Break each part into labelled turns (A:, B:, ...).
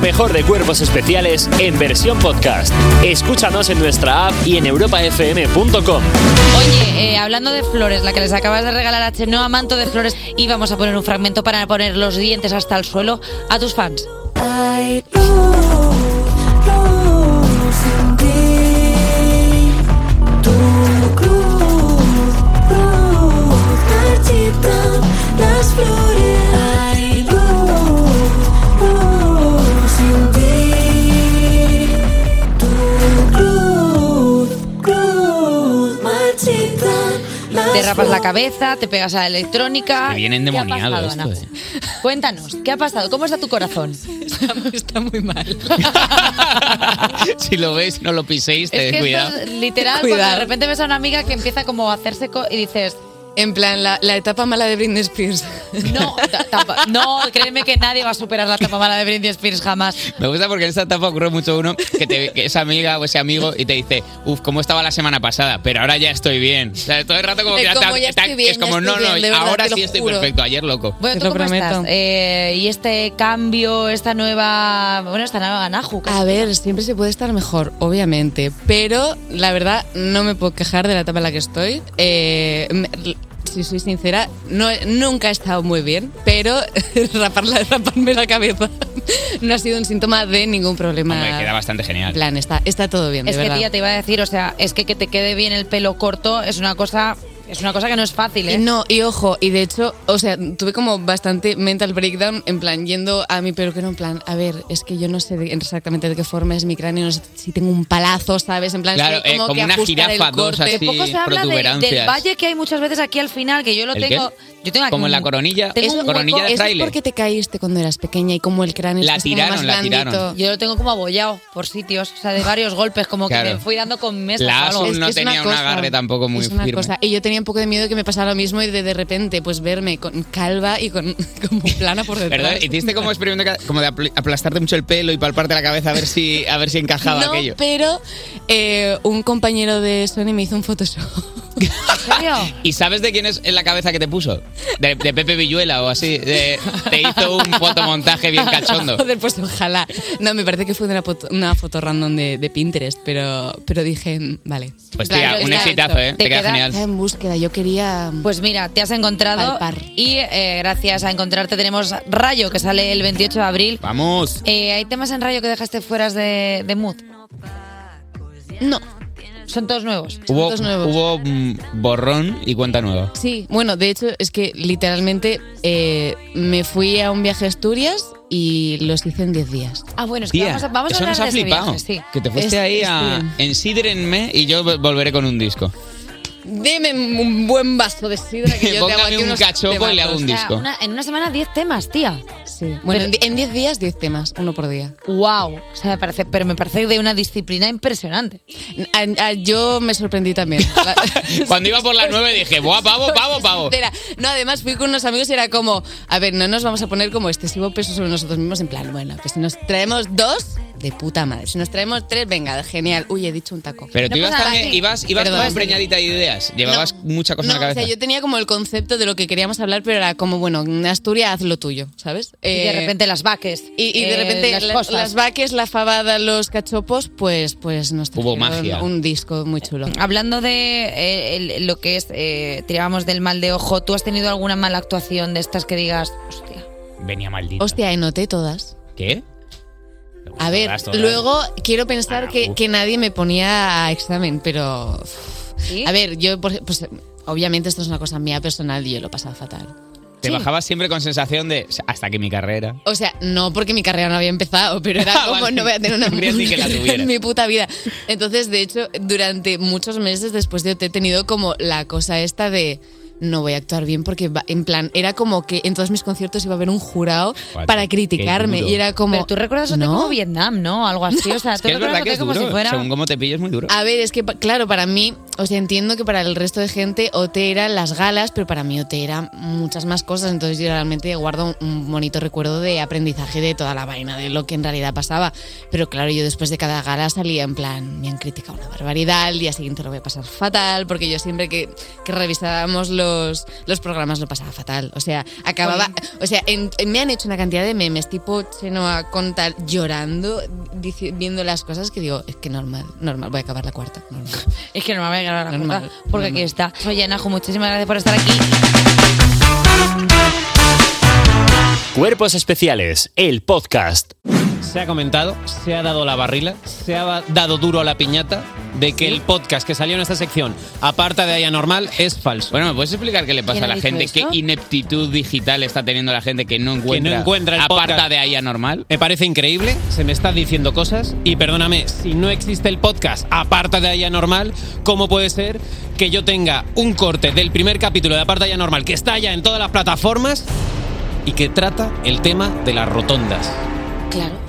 A: mejor de cuerpos especiales en versión podcast. Escúchanos en nuestra app y en europafm.com.
B: Oye, eh, hablando de flores, la que les acabas de regalar a Chenoa Manto de Flores, y vamos a poner un fragmento para poner los dientes hasta el suelo a tus fans.
C: Ay, luz, luz en ti, tu cruz, luz, marchitan las flores. Ay, luz, luz en ti, tu cruz, cruz, marchitan las
B: Te rapas la cabeza, te pegas a la electrónica.
D: Me viene endemoniado
B: ¿Qué ha
D: esto,
B: pasado, Ana? Cuéntanos, ¿qué ha pasado? ¿Cómo está tu corazón?
E: Está muy mal.
D: si lo veis, no lo piséis,
B: Es
D: ten
B: que
D: cuidado.
B: esto es literal,
E: Cuidado.
B: cuando de repente ves a una amiga que empieza como a hacerse co- y dices,
E: En plan, la, la etapa mala de Britney Spears.
B: no, ta- tampa- no, créeme que nadie va a superar la tapa mala de Britney Spears jamás.
D: Me gusta porque en esta etapa ocurre mucho uno que, te, que es amiga o ese amigo y te dice, uff, ¿cómo estaba la semana pasada? Pero ahora ya estoy bien. O sea, todo el rato como
E: De
D: que
E: como
D: está-
E: ya
D: está-
E: estoy bien,
D: es como,
E: ya
D: no,
E: estoy
D: no,
E: bien, de verdad,
D: ahora
E: te lo
D: sí estoy
E: juro".
D: perfecto, ayer loco.
B: Bueno,
E: Te
B: ¿tú
E: lo
B: cómo
E: prometo.
B: estás? Eh, y este cambio, esta nueva, bueno, esta nueva Naju.
E: A ver, siempre se puede estar mejor, obviamente, pero la verdad no me puedo quejar de la etapa en la que estoy. Eh, me- si soy sincera, no, he- nunca he estado muy bien, pero raparla, raparme la cabeza no ha sido un síntoma de ningún problema.
D: Hombre, queda bastante
E: En
D: genial.
E: plan, está, está todo bien,
B: Es
E: de
B: que
E: verdad.
B: tía, te iba a decir, o sea, es que que te quede bien el pelo corto es una cosa, es una cosa que no es fácil, ¿eh?
E: No, y ojo, y de hecho, o sea, tuve como bastante mental breakdown, en plan, yendo a mi peluquero, en plan, a ver, es que yo no sé de- exactamente de qué forma es mi cráneo, no sé si tengo un palazo, ¿sabes? En plan,
D: Claro,
E: estoy
D: eh, como
E: que
D: una
E: ajustar el
D: jirafa, dos,
E: corte.
D: así.
B: Poco se habla de- del
D: protuberancias.
B: valle que hay muchas veces aquí al final, que yo lo
D: ¿El
B: tengo.
D: qué?
B: Yo tengo aquí
D: Como en la
B: un-
D: coronilla,
B: tengo un
D: eso-
B: hueco-
D: coronilla de
E: Eso es
D: tráiler.
E: porque te caíste cuando eras pequeña y como el cráneo
D: La
E: es como
D: tiraron,
E: más
D: la
E: blandito.
D: tiraron.
B: Yo lo tengo como abollado por sitios, o sea, de varios golpes, como que
D: Claro.
B: me fui dando con mesas
D: La
B: o algo.
D: aso no
E: es
D: tenía un agarre tampoco muy
E: es una
D: firme.
E: cosa. Y yo tenía un poco de miedo de que me pasara lo mismo y de de repente pues verme con calva y con como plana por detrás.
D: ¿Verdad? Hiciste como experimento que- como de apl- aplastarte mucho el pelo y palparte la cabeza a ver si, a ver si encajaba
E: no,
D: aquello.
E: pero eh, un compañero de Sony me hizo un Photoshop.
B: ¿En serio?
D: ¿Y sabes de quién es en la cabeza que te puso? De, de Pepe Villuela o así. de- te E hizo un fotomontaje bien cachondo.
E: Joder, pues ojalá. No, me parece que fue de una foto, una foto random de, de Pinterest, pero, pero dije, mm, vale.
D: Pues
E: Claro,
D: tía, un
E: está-
D: exitazo, ¿eh? Te,
B: Te
D: queda,
B: queda-
E: Estaba
D: genial.
E: en búsqueda, yo quería... mm,
B: Pues mira, te has encontrado
E: Palpar.
B: y eh, gracias a encontrarte tenemos Rayo, que sale el 28 de abril.
D: Vamos.
B: Eh, ¿Hay temas en Rayo que dejaste fuera de, de mood?
E: No,
B: Son todos nuevos.
D: Hubo,
E: Santos nuevos.
D: hubo mm, borrón y cuenta nueva.
E: sí, bueno, de hecho es que literalmente eh, me fui a un viaje a Asturias y los hice en 10 días.
B: Ah, bueno, es que
D: Tía,
B: vamos a, vamos a
D: eso
B: hablar
D: nos
B: de
D: ha
B: ese
D: flipado.
B: viaje, sí.
D: Que te fuiste
E: Es-
D: ahí
E: es
D: a ensídrenme y yo vo- volveré con un disco.
E: Deme un buen vaso de sidra que yo te hago
D: Póngame
E: aquí
D: un
E: unos
D: cachopo y le hago
E: temazos.
D: un disco.
B: una- en una semana 10 temas, tía.
E: Sí. Bueno,
B: Pero-
E: en di- en 10 días 10 temas, uno por día.
B: Wow, o sea, me parece, pero me parece de una disciplina impresionante.
E: A- a- yo me sorprendí también. La-
D: Cuando iba por
B: Pues
D: la 9 dije, ¡buah, pavo, pavo, pavo!
E: Espera, no, además fui con unos amigos y era como, a ver, no nos vamos a poner como excesivo peso sobre nosotros mismos, en plan, bueno, pues si nos traemos dos, de puta madre. Si nos traemos tres, venga, genial. Uy, he dicho un taco.
D: Pero tú
B: No
D: ibas
B: pasa nada,
D: también,
B: sí.
D: ibas, ibas
E: Perdón.
D: toda empreñadita de ideas. Llevabas mucha cosa
E: no,
D: en la
E: o sea,
D: cabeza.
E: yo tenía como el concepto de lo que queríamos hablar, pero era como, bueno, en Asturias haz lo tuyo, ¿sabes?
B: Y de
E: Eh,
B: repente las vaques.
E: Y, y de
B: eh,
E: repente
B: las
E: la- las,
B: cosas.
E: vaques, la fabada, los cachopos, pues, pues nos
D: Hubo
E: trajeron
D: magia.
E: un disco muy chulo.
B: Hablando de eh, el- lo que es, eh, tirábamos del mal de ojo, ¿tú has tenido alguna mala actuación de estas que digas, hostia?
D: Venía maldito.
E: Hostia, anoté todas.
D: ¿Qué?
E: A ver,
D: Todas, todas.
E: luego quiero pensar
D: Ah,
E: que,
D: uf.
E: que nadie me ponía a examen, pero... uf.
B: ¿Sí?
E: A ver, yo, por- pues, obviamente esto es una cosa mía personal y yo lo he pasado fatal.
D: Te bajabas siempre con sensación de hasta que mi carrera.
E: O sea, no porque mi carrera no había empezado, pero era
D: Ah,
E: como
D: vale.
E: no voy a tener una
D: Un día sí que la tuviera.
E: en mi puta vida. Entonces, de hecho, durante muchos meses después de te he tenido como la cosa esta de no voy a actuar bien porque va- en plan era como que en todos mis conciertos iba a haber un jurado
D: Joder,
E: para
D: qué
E: criticarme
D: duro.
E: y era como
B: Pero tú recuerdas otro
E: ¿no?
B: como Vietnam, ¿no? Algo así, o sea, tú
D: Que es
B: recuerdas
D: verdad que es
B: otro como
D: duro.
B: si fuera... Ah.
D: Según cómo te pilles, muy duro.
E: A ver, es que, pa- claro, para mí, o sea, entiendo que para el resto de gente OT eran las galas, pero para mí OT eran muchas más cosas. Entonces, yo realmente guardo un- un bonito recuerdo de aprendizaje de toda la vaina, de lo que en realidad pasaba. Pero claro, yo después de cada gala salía en plan, me han criticado una barbaridad, al día siguiente lo voy a pasar fatal, porque yo siempre que, que revisábamos lo- los, los programas lo pasaba fatal. O sea, acababa. O sea, en- en- me han hecho una cantidad de memes, tipo Chenoa con tal, llorando, dici- viendo las cosas que digo, es que normal, normal, voy a acabar la cuarta. normal.
B: Es que no me voy a ganar la
E: Normal,
B: cuenta, porque aquí está. Oye, Najo, muchísimas gracias por estar aquí.
A: Cuerpos especiales, el podcast.
F: Se ha comentado, se ha dado la barrila, se ha dado duro a la piñata de que el podcast que salió en esta sección, aparta de Aya Normal, es falso.
D: Bueno, ¿me puedes explicar qué le pasa
F: ¿Quién
D: a
F: ha
D: la
F: dicho
D: gente?
F: esto?
D: ¿Qué ineptitud digital está teniendo la gente que no encuentra,
F: que no encuentra el
D: aparta
F: podcast.
D: de ahí anormal?
F: Me parece increíble, se me está diciendo cosas y perdóname, si no existe el podcast aparta de ahí anormal, ¿cómo puede ser que yo tenga un corte del primer capítulo de aparta de ahí anormal que está ya en todas las plataformas y que trata el tema de las rotondas?
B: Claro.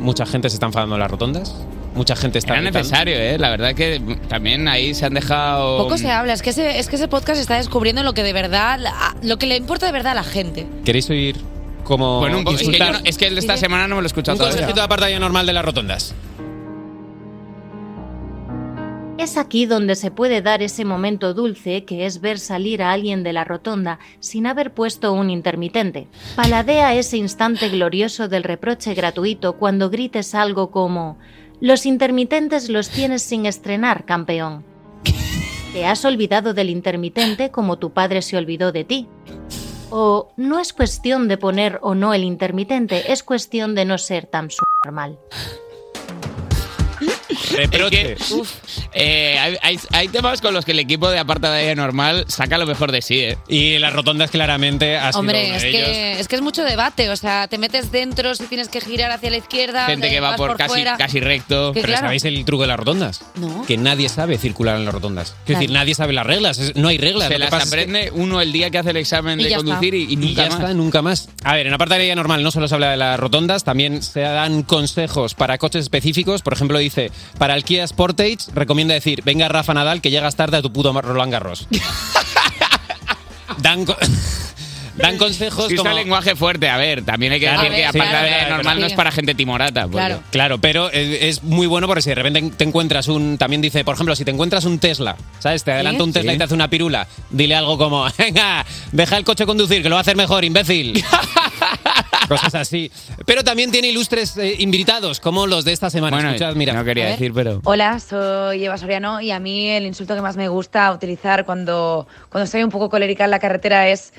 F: Mucha gente se está enfadando en las rotondas, mucha gente está
D: Era
F: gritando.
D: necesario, ¿eh? La verdad que también ahí se han dejado...
B: Poco se habla, es que, ese, es que ese podcast está descubriendo lo que de verdad, a- lo que le importa de verdad a la gente.
F: ¿Queréis oír cómo
D: Bueno, un poco- es que
F: insultar?
D: yo no- es que el de esta semana no me lo he escuchado
F: Un
D: todavía.
F: consejito de apartado normal de las rotondas.
G: Es aquí donde se puede dar ese momento dulce que es ver salir a alguien de la rotonda sin haber puesto un intermitente. Paladea ese instante glorioso del reproche gratuito cuando grites algo como Los intermitentes los tienes sin estrenar, campeón. Te has olvidado del intermitente como tu padre se olvidó de ti. O no es cuestión de poner o no el intermitente, es cuestión de no ser tan su normal.
D: Reproche. Eh, hay, hay- hay temas con los que el equipo de aparta de ahí anormal saca lo mejor de sí, ¿eh?
F: Y las rotondas claramente ha sido
B: Hombre,
F: uno
B: es
F: de ellos.
B: que, es que es mucho debate, o sea, te metes dentro si tienes que girar hacia la izquierda,
F: Gente
B: eh,
F: que va
B: vas
F: por casi-
B: fuera.
D: Casi recto.
B: Que
F: Pero
B: claro.
F: ¿sabéis el truco de las rotondas?
B: No.
F: Que nadie sabe circular en las rotondas. Es
D: Claro.
F: decir, nadie sabe las reglas. es- No hay reglas.
D: Se
F: lo que
D: las
F: pasa es que-
D: aprende uno el día que hace el examen de conducir y, y nunca
F: ya
D: más.
F: está, nunca más. A ver, en la parte de la guía normal no solo se habla de las rotondas, también se dan consejos para coches específicos. Por ejemplo, dice, para el Kia Sportage recomienda decir, venga Rafa Nadal que llegas tarde a tu puto Roland Garros. dan, co- dan consejos
D: Sí, está
F: como...
D: lenguaje fuerte, a ver, también hay que
F: Claro,
D: decir que
F: sí,
D: aparta
F: claro,
D: de ahí
F: claro,
D: anormal
F: sí.
D: no es para gente timorata. porque-
F: Claro. pero eh, es muy bueno porque si de repente te encuentras un. También dice, por ejemplo, si te encuentras un Tesla, ¿sabes? Te adelanta
D: Sí.
F: un Tesla
D: Sí.
F: y te hace una pirula. Dile algo como, venga, deja el coche conducir, que lo va a hacer mejor, imbécil. Cosas así. Pero también tiene ilustres eh, invitados, como los de esta semana.
D: Bueno,
F: Escuchad, mira.
D: no quería
H: A ver.
D: decir, pero...
H: Hola, soy Eva Soriano y a mí el insulto que más me gusta utilizar cuando, cuando estoy un poco colérica en la carretera es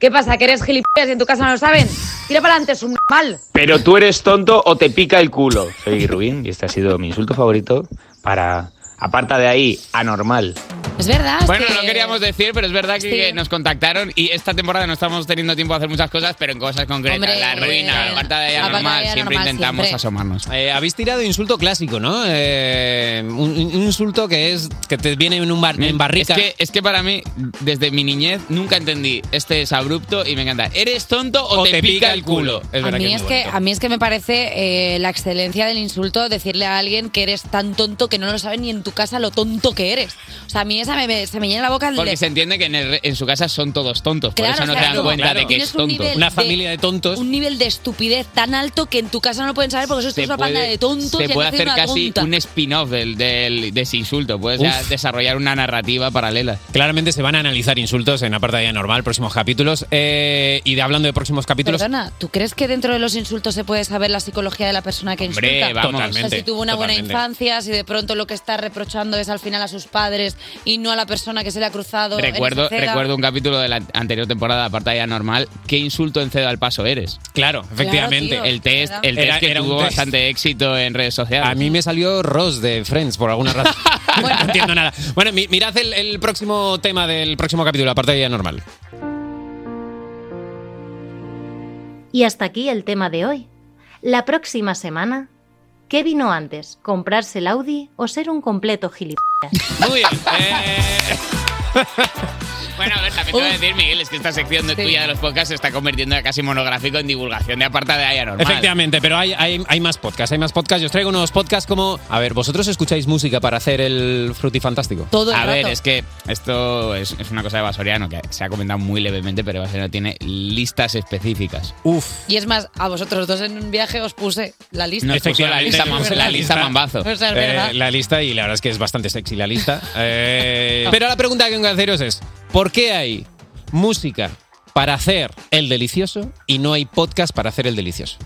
H: ¿Qué pasa? ¿Que eres gilipollas y en tu casa no lo saben? Tira para adelante, es un mal.
I: Pero tú eres tonto o te pica el culo. Soy Rubín y este ha sido mi insulto favorito para aparta de ahí anormal.
B: Es verdad.
D: Bueno, no queríamos decir, pero es verdad que,
B: Sí.
D: que nos contactaron y esta temporada no estamos teniendo tiempo de hacer muchas cosas, pero en cosas concretas.
B: Hombre,
D: la ruina,
B: eh,
D: la parte de
B: la
D: ella
B: parte de
D: normal,
B: ella
D: siempre
B: normal,
D: intentamos
B: siempre.
D: asomarnos.
F: Eh, habéis tirado insulto clásico, ¿no? Eh, un, un insulto que es que te viene en, un bar- en barrica.
D: Es que, es que para mí, desde mi niñez, nunca entendí este es abrupto y me encanta. ¿Eres tonto o, te, pica, el culo? Es
B: a,
D: verdad
B: mí
D: que
B: es
D: muy
B: que,
D: bonito.
B: a mí es que me parece eh, la excelencia del insulto decirle a alguien que eres tan tonto que no lo sabe ni en tu casa lo tonto que eres. O sea, a mí esa me- me- se me llena la boca el
D: Porque
B: de-
D: se entiende que en, el- en su casa son todos tontos,
B: Claro,
D: por eso no
B: o sea,
D: se dan
B: tú-
D: cuenta
B: claro.
D: de que
B: tienes
D: es
B: un
D: tonto.
B: nivel
F: de tontos.
B: un nivel de estupidez tan alto que en tu casa no lo pueden saber porque sois una banda de tontos
D: se
B: y aquí
D: puede
B: hacéis
D: hacer
B: una
D: casi
B: tonta.
D: un spin-off del, del- de ese insulto. Puedes ya
F: Uf.
D: desarrollar una narrativa paralela.
F: Claramente se van a analizar insultos en Aparta de Día normal, próximos capítulos. Eh, y de hablando de próximos capítulos.
B: Perdona, ¿tú crees que dentro de los insultos se puede saber la psicología de la persona que
F: Hombre,
B: insulta?
F: vamos.
B: O sea,
F: Totalmente,
B: si tuvo una buena
F: totalmente.
B: infancia, si de pronto lo que está reprochando es al final a sus padres y no a la persona que se le ha cruzado. en
D: Recuerdo,
B: esa acera.
D: recuerdo un capítulo de la anterior temporada de Aparta ya normal. ¿Qué insulto en cedo al paso eres?
F: Claro, efectivamente.
D: tío, el test, el test
F: Era-
D: que
F: era un
D: tuvo
F: test.
D: bastante éxito en redes sociales.
F: A mí me salió Ross de Friends por alguna razón. no entiendo nada. Bueno, mi- mirad el, el próximo tema del próximo capítulo, Aparta de Día normal.
G: Y hasta aquí el tema de hoy. La próxima semana, ¿qué vino antes? ¿Comprarse el Audi o ser un completo gilipollas?
F: Muy bien. eh.
D: Bueno, a ver, también te voy a decir, Miguel, es que esta sección de tuya de los podcasts se está convirtiendo en casi monográfico en divulgación de Aparta de Aya normal.
F: Efectivamente, pero hay, hay, hay más podcasts, hay más podcasts. Yo os traigo nuevos podcasts como... A ver, ¿vosotros escucháis música para hacer el frutifantástico?
B: Todo el
D: a ver,
B: rato.
D: es que esto es, es una cosa de Basoriano que se ha comentado muy levemente, pero Basoriano tiene listas específicas.
F: Uf.
B: Y es más, a vosotros dos en un viaje os puse la lista.
D: Nos puso la lista, mam- la lista mambazo.
B: O sea, Pues es verdad.
F: Eh, la lista y la verdad es que es bastante sexy la lista. Eh, pero la pregunta que tengo que haceros es, Porque hay música para hacer el delicioso y no hay podcast para hacer el delicioso?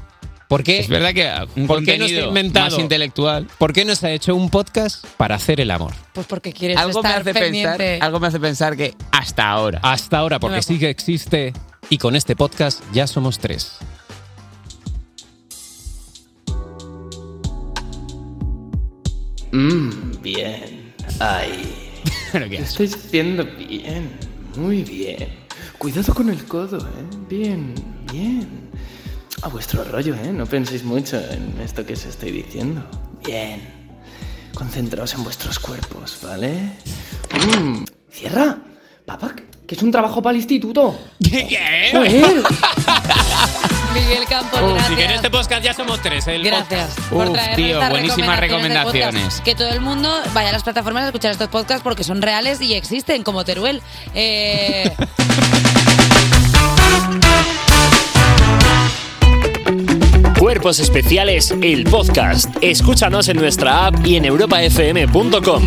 F: ¿Por qué?
D: Es verdad que ah, un
F: ¿Por qué no está
D: contenido
F: inventado?
D: más intelectual.
F: ¿Por qué no se ha hecho un podcast para hacer el amor?
B: Pues porque quieres
D: Algo me,
B: estar
D: hace pensar,
B: pendiente.
D: algo me hace pensar que hasta ahora.
F: Hasta ahora, porque
B: Bueno.
F: sí que existe y con este podcast ya somos tres.
J: Mmm, bien. Ahí. Lo estáis haciendo bien. Muy bien. Cuidado con el codo, ¿eh? Bien, bien. A vuestro rollo, ¿eh? No penséis mucho en esto que os estoy diciendo. Bien. Concentraos en vuestros cuerpos, ¿vale? Mmm. Cierra. Papá, que es un trabajo para el instituto. Joder.
B: Miguel Campos,
F: Uf,
B: gracias.
F: y que en este podcast ya somos tres. El
B: Gracias
F: podcast.
B: por
D: Uf,
B: traer
D: tío,
B: estas
D: buenísimas
B: del
D: recomendaciones.
B: podcast. Que todo el mundo vaya a las plataformas a escuchar estos podcasts porque son reales y existen, como Teruel. Eh,
A: Cuerpos Especiales, el podcast. Escúchanos en nuestra app y en europafm.com.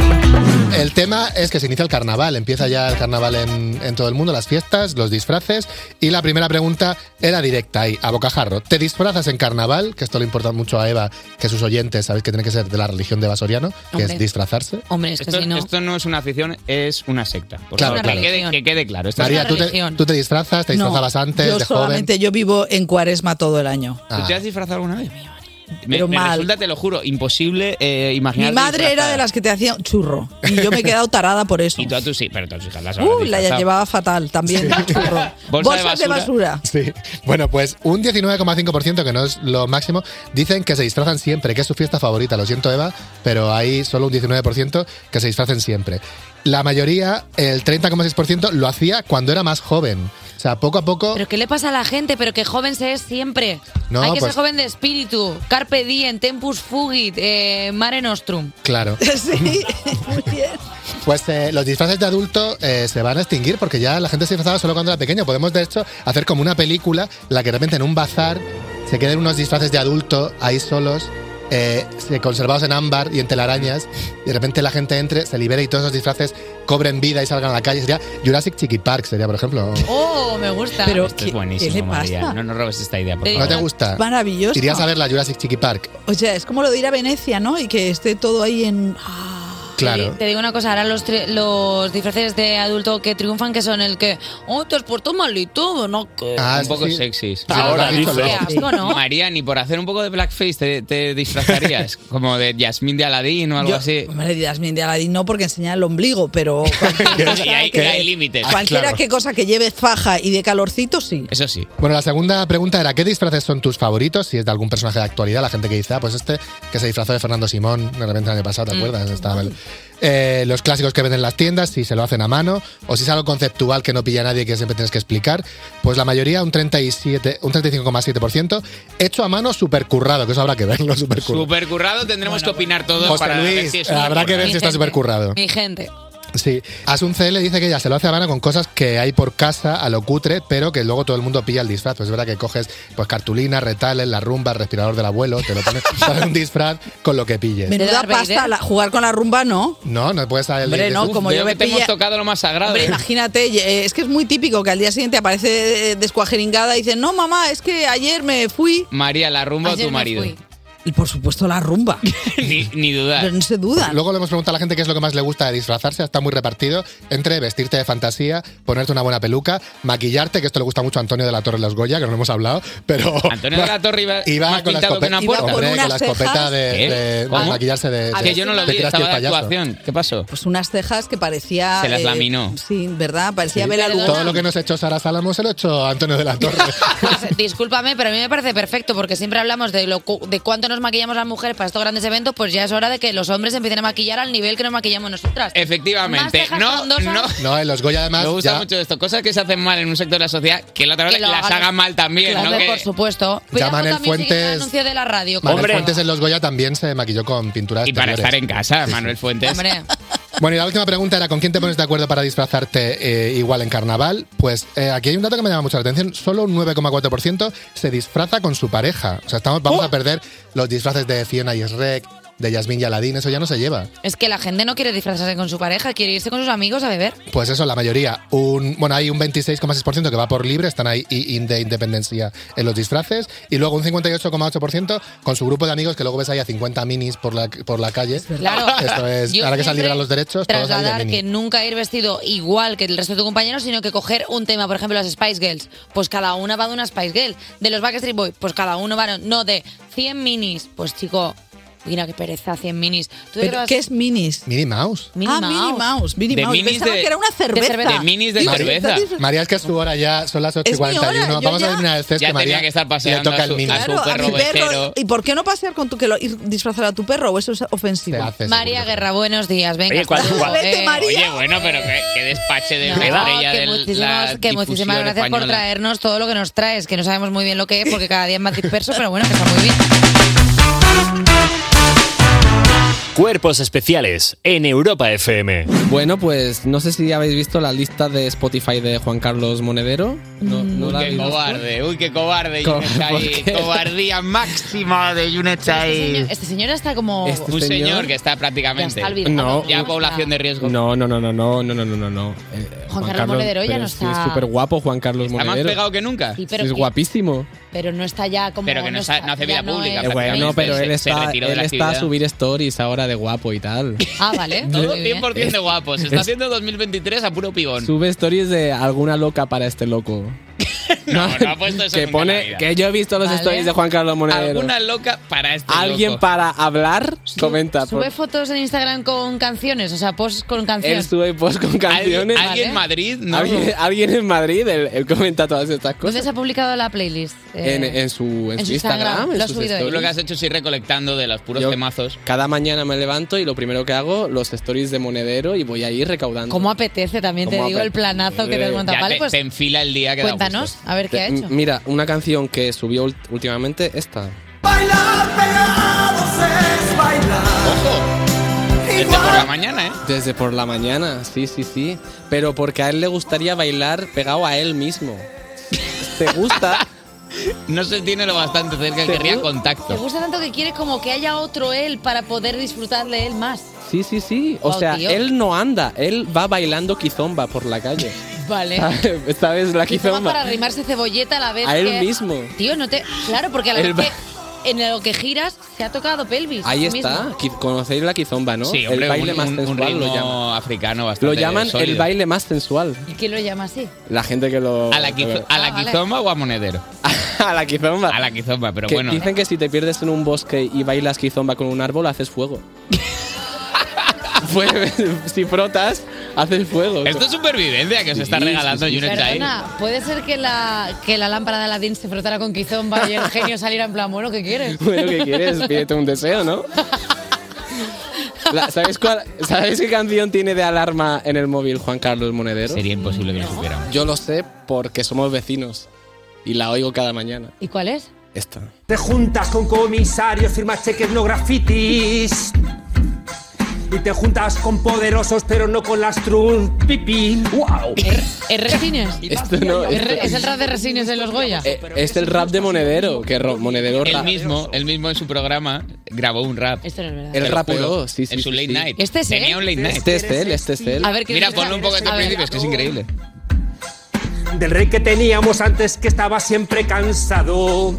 K: El tema es que se inicia el carnaval, empieza ya el carnaval en, en todo el mundo, las fiestas, los disfraces y la primera pregunta era directa ahí, a bocajarro. ¿Te disfrazas en carnaval? Que esto le importa mucho a Eva, que sus oyentes sabéis que tiene que ser de la religión de Eva Soriano, que
B: Hombre.
K: es disfrazarse.
B: hombre, es que
D: Esto,
B: si no.
D: esto no es una afición, es una secta. Por
K: Claro,
D: favor,
K: claro.
D: Que, quede, que quede claro. Esto es-
K: María,
B: una
K: ¿tú te,
B: religión.
K: tú te disfrazas? ¿Te
L: No,
K: disfrazabas antes
L: yo
K: de joven?
L: solamente, yo vivo en cuaresma todo el año.
K: Ah,
D: ¿Tú te has disfrazado alguna vez? Me,
L: Pero
D: me
L: mal.
D: resulta, te lo juro, imposible eh, imaginar.
L: Mi madre era de las que te hacía churro y yo me he quedado tarada por eso.
D: Y tú a tus sí, pero tú a tus hijas las habrás
L: Uh, la
D: disfrazado.
L: llevaba fatal también. Churro.
D: Bolsa de
L: Bolsas de
D: basura.
L: basura.
K: Sí. Bueno, pues un 19,5%, que no es lo máximo, dicen que se disfrazan siempre, que es su fiesta favorita. Lo siento, Eva, pero hay solo un 19% que se disfracen siempre. La mayoría, el 30,6%, lo hacía cuando era más joven. O sea, poco a poco.
B: Pero ¿qué le pasa a la gente? Pero que joven se es siempre.
K: No,
B: Hay que
K: pues-
B: ser joven de espíritu. Carpe diem, tempus fugit, eh, mare nostrum.
K: Claro.
L: Sí, muy bien.
K: Pues eh, los disfraces de adulto eh, se van a extinguir porque ya la gente se disfrazaba solo cuando era pequeño. Podemos, de hecho, hacer como una película en la que de repente en un bazar se queden unos disfraces de adulto ahí solos, eh, se- conservados en ámbar y en telarañas, y de repente la gente entre, se libere y todos esos disfraces cobren vida y salgan a la calle. Sería Jurassic Chiqui Park, sería, por ejemplo.
B: Oh, me gusta.
L: Pero
D: Esto
L: ¿qué-
D: es buenísimo,
L: ¿qué le
D: María.
L: pasa?
D: No nos robes esta idea, por Eh,
B: Te
K: ¿No
D: favor.
K: te gusta?
L: Es maravilloso.
K: Irías a ver la Jurassic Chiqui Park.
L: O sea, es como lo de ir a Venecia, ¿no? Y que esté todo ahí en. ah,
K: Claro.
B: Te- Te digo una cosa, ahora los, tri- los disfraces de adulto que triunfan, que son el que, oh, te has puesto malito, ¿no? Que-
K: Ah,
D: un poco
K: sí.
D: sexys.
K: Sí,
B: Ahora
K: lo has dicho,
B: dice.
K: lo-
B: Qué asco, ¿no?
D: María, ni por hacer un poco de blackface te, te disfrazarías. como de Yasmín de Aladín o algo
L: Yo,
D: así.
L: hombre, dirás, bien de Aladín no porque enseña el ombligo, pero cualquier cosa
D: Y hay-
L: que-
D: hay límites. Ah,
L: Cualquiera
K: Ah, Claro.
L: que cosa que lleve faja y de calorcito, sí.
D: Eso sí.
K: Bueno, la segunda pregunta era, ¿qué disfraces son tus favoritos? Si es de algún personaje de actualidad, la gente que dice, ah, pues este que se disfrazó de Fernando Simón de repente el año pasado, ¿te acuerdas? Estaba el- Eh, los clásicos que venden en las tiendas, si se lo hacen a mano, o si es algo conceptual que no pilla a nadie que siempre tienes que explicar, pues la mayoría, un 37, un 35,7%, hecho a mano supercurrado, que eso habrá que verlo, supercurrado.
D: Supercurrado tendremos que opinar todos
K: José
D: para ver
K: Luis,
D: si es
K: habrá que ver
B: Mi
K: si está
B: gente,
K: supercurrado.
B: Mi gente.
K: Sí, Asun CL dice que ella se lo hace a mano con cosas que hay por casa a lo cutre, pero que luego todo el mundo pilla el disfraz. Pues es verdad que coges pues cartulina, retales, la rumba, respirador del abuelo, te lo pones, te haces un disfraz con lo que pilles.
L: Menuda
B: Darth Vader?
L: pasta, la- jugar con la rumba no.
K: No, no puedes salir
L: Hombre,
K: de-
L: no,
K: Uf,
L: como yo
D: Veo
L: me
D: que te hemos
L: pilla.
D: tocado lo más sagrado.
L: Hombre,
D: ¿eh?
L: imagínate, y, eh, es que es muy típico que al día siguiente aparece eh, descuajeringada y dice, no mamá, es que ayer me fui.
D: María, la rumba o
B: Ayer
D: tu
B: me
D: marido.
B: fui.
L: Y por supuesto la rumba.
D: ni, ni dudar.
L: Pero no se duda.
K: Luego le hemos preguntado a la gente qué es lo que más le gusta de disfrazarse. Está muy repartido entre vestirte de fantasía, ponerte una buena peluca, maquillarte, que esto le gusta mucho a Antonio de la Torre de los Goya, que no lo hemos hablado, pero...
D: Antonio de la Torre iba,
K: Iba
D: más
K: con la
D: pintado que
K: escopeta,
D: una puerta.
L: Iba
K: hombre, con
L: con
K: la
L: unas
K: escopeta
L: cejas.
K: de,
D: ¿Qué?
K: de- de
D: ¿Cómo?
K: maquillarse de...
D: Ah,
K: de-
D: que yo no lo
K: te
D: vi,
K: creas que
D: estaba de
K: es payaso.
D: actuación. ¿Qué pasó?
L: Pues unas cejas que parecía...
D: Se las
B: eh,
D: laminó.
L: Sí, ¿verdad? Parecía
K: Sí.
L: Bela Lugosi.
K: Todo lo que nos ha hecho Sara Salamo se lo ha hecho Antonio de la Torre.
B: Pues, discúlpame, pero a mí me parece perfecto porque siempre hablamos de lo cu- de cuánto nos maquillamos las mujeres para estos grandes eventos, pues ya es hora de que los hombres empiecen a maquillar al nivel que nos maquillamos nosotras. Más
D: Efectivamente.
B: cejas
D: No,
B: frondosas.
D: no.
K: no, en los Goya además
D: Me gusta
K: ya-
D: mucho esto. Cosas que se hacen mal en un sector de la sociedad, que la otra vez
B: Que lo
D: las
B: hagan-
D: hagan mal también,
B: Hombre,
D: ¿no? Que-
B: por supuesto. Cuidado
K: Manel
B: también si quieren el
K: Fuentes-
B: anuncio de la radio.
K: Manuel
A: Hombre.
K: Fuentes en los Goya también se maquilló con pinturas
D: y para estar
K: exteriores.
D: en casa, Manuel Fuentes.
B: Hombre.
K: Bueno, y la última pregunta era ¿con quién te pones de acuerdo para disfrazarte eh, igual en carnaval? Pues eh, aquí hay un dato que me llama mucho la atención. Solo un 9,4% se disfraza con su pareja. O sea, estamos, vamos a perder los disfraces de Fiona y Shrek, de Yasmín y Aladín, eso ya no se lleva.
B: Es que la gente no quiere disfrazarse con su pareja, quiere irse con sus amigos a beber.
K: Pues eso, la mayoría. Un, bueno, hay un 26,6% que va por libre, están ahí y- in- de independencia en los disfraces. Y luego un 58,8% con su grupo de amigos, que luego ves ahí a 50 minis por la, por la calle.
B: Claro.
K: Esto es,
B: Yo
K: ahora que se han
B: siempre
K: liberado los derechos, todos ahí de
B: Trasladar
K: mini.
B: que nunca ir vestido igual que el resto de tus compañeros, sino que coger un tema, por ejemplo, las Spice Girls. Pues cada una va de una Spice Girl. De los Backstreet Boys, pues cada uno va. No, de 100 minis. Pues chico, mira qué pereza, 100 minis. ¿Tú de
L: ¿Pero
B: verdad-
L: qué es minis?
K: Minnie Mouse.
B: Minnie
L: ah, Minnie Mouse. Minnie
K: De
L: Mouse.
K: minis
L: Pensaba
K: de-
L: que era una
K: de
L: cerveza.
K: cerveza. De minis de
L: Digo,
K: cerveza.
L: ¿estás dif-
K: María, es que es su hora ya, son las 8 y
L: Es mi hora,
K: 41.
L: yo
K: Vamos
L: ya-
K: a terminar el test
D: Ya tenía
K: que María
D: que estar paseando
K: le toca
D: a su-
K: el mini.
D: a su Claro,
L: A mi perro. ¿Y por qué no pasear con tu que lo ir- disfrazar a tu perro? ¿O Eso es ofensivo.
B: María Guerra, buenos días. Venga,
D: Oye,
B: hasta luego, eh.
D: Oye, bueno, pero qué, qué despache de
B: No,
D: estrella
B: que
D: de la
B: muchísimas, que muchísimas
D: difusión
B: gracias por
D: española.
B: traernos todo lo que nos traes, que no sabemos muy bien lo que es, porque cada día es más disperso, pero bueno, que está muy bien.
A: Cuerpos especiales en Europa FM.
M: Bueno, pues no sé si habéis visto la lista de Spotify de Juan Carlos Monedero. No, no la
D: Uy, qué
M: habéis visto.
D: cobarde, uy, qué cobarde,
M: Co-
D: Yunechai.
M: ¿por qué?
D: Cobardía máxima de Yunechai.
B: Este señor está como.
M: Este
D: Un
M: señor-
D: señor que está prácticamente.
B: Ya está olvidado.
M: No,
D: Ya población de riesgo.
M: No, no, no, no, no, no, no, no, no, no. Eh,
B: Carlos Monedero ya
M: pero
B: no
M: es-
B: está.
M: Es súper guapo Juan Carlos
D: Está más
M: Monedero.
D: pegado que nunca.
B: Sí, pero
M: es
B: que-
M: guapísimo.
B: Pero no está ya como.
D: Pero que no está- no hace
B: ya
D: vida pública,
M: Eh, bueno,
D: prácticamente,
M: pero
D: se-
M: él
D: se
M: está,
D: retiró de
M: él
D: la
M: está a
D: actividad.
M: subir stories ahora de guapo y tal.
B: Ah, vale.
D: Todo
B: muy bien.
D: 100% de guapos. Se está haciendo 2023 a puro pibón.
M: Sube stories de alguna loca para este loco.
D: No, no ha puesto eso
M: que
D: nunca en la
M: pone
D: vida.
M: que yo he visto los
D: Vale.
M: stories de Juan Carlos Monedero.
D: Alguna loca para este
M: ¿Alguien
D: loco.
M: para hablar? Comenta. por-
B: Sube fotos en Instagram con canciones, o sea, posts con
M: Él
B: canciones.
M: sube post con canciones.
B: alguien en
D: Madrid?
M: ¿Alguien, alguien en Madrid, él, él comenta todas estas cosas.
B: ¿Dónde se ha publicado la playlist? Eh,
M: En, en su, en
B: en
M: su
B: su Instagram,
M: Instagram, en
B: lo ha
M: sus
B: subido él.
M: stories.
D: Tú lo que has hecho es ir recolectando de los puros
M: Yo
D: temazos.
M: Cada mañana me levanto y lo primero que hago, los stories de Monedero y voy a ir recaudando.
B: ¿Cómo apetece? También te
M: ¿Cómo
B: digo el
M: apetece?
B: planazo que te has montado.
M: Ya
B: Vale,
M: te-
B: pues
M: te
D: Enfila el día que da
B: cuéntanos, a ver qué ha
M: Te- mm,
B: hecho.
M: Mira, una canción que subió ult- últimamente, esta.
D: Desde por la mañana, ¿eh?
M: Desde por la mañana, sí, sí, sí. Pero porque a él le gustaría bailar pegado a él mismo. ¿Te gusta?
D: no se tiene lo bastante cerca, querría
B: Te
D: contacto.
B: gusta tanto que quiere como que haya otro él para poder disfrutar de él más.
M: Sí, sí, sí. O
B: Guau,
M: sea,
B: Oh, tío.
M: él no anda, él va bailando quizomba por la calle.
B: Vale.
M: ¿Sabes? La
B: Quizá más
M: quizomba.
B: para arrimarse cebolleta a la vez
M: Ah. A él
B: que-
M: mismo.
B: Tío, no te... Claro, porque a la
M: Él
B: vez que en lo que giras se ha tocado pelvis.
M: Ahí
B: tú
M: está.
B: mismo.
M: Qui- Conocéis la quizomba, ¿no?
D: Sí, hombre,
M: el baile
D: un-
M: más
D: un- un
M: sensual lo
D: ritmo
M: llaman.
D: africano
M: Lo
D: bastante
M: llaman el
D: sólido.
M: baile más sensual.
B: ¿Y quién lo llama así?
M: La gente que lo.
D: ¿A la,
M: que
D: quizo-
M: lo-
D: a la
B: Ah, vale.
D: quizomba o a monedero?
M: a la quizomba.
D: A la quizomba, pero
M: que
D: bueno.
M: Dicen que si te pierdes en un bosque y bailas quizomba con un árbol, haces fuego. Fue- si frotas, haces fuego.
D: Esto es supervivencia que os está
M: Sí, sí,
D: regalando
M: sí, sí.
D: Junet Chai.
B: Perdona, ¿puede ser que la, que la lámpara de Aladdin se frotara con Kizomba y el genio saliera en plan, bueno, ¿qué quieres?
M: Bueno, ¿qué quieres? Pídete un deseo, ¿no? La- ¿sabes, cuál, ¿Sabes qué canción tiene de alarma en el móvil Juan Carlos Monedero?
D: Sería imposible que lo supiéramos.
M: Yo lo sé porque somos vecinos y la oigo cada mañana.
B: ¿Y cuál es?
M: Esta.
N: Te juntas con comisarios, firmas cheques, no grafitis. Y te juntas con poderosos, pero no con las trumpipin. ¡Wow!
B: ¿Es Resines?
M: Esto no,
B: ¿Es,
M: esto-
B: re- es el rap de Resines en los Goya?
M: Este Es el rap de Monedero, que ro- Monedero
D: El
M: rap.
D: mismo, el mismo en su programa grabó un rap.
B: Esto no es verdad.
D: Te
M: El
D: lo
M: rapeó,
D: juro,
M: sí, sí,
D: En su
M: sí,
D: late
M: sí.
D: night.
B: ¿Este es él?
D: Tenía un late night.
M: Este es él, este es él.
B: A ver, ¿qué
D: Mira,
B: dice?
D: ponlo un poco desde
B: A
D: el
B: ver.
D: principio, es que es increíble.
N: Del rey que teníamos antes, que estaba siempre cansado.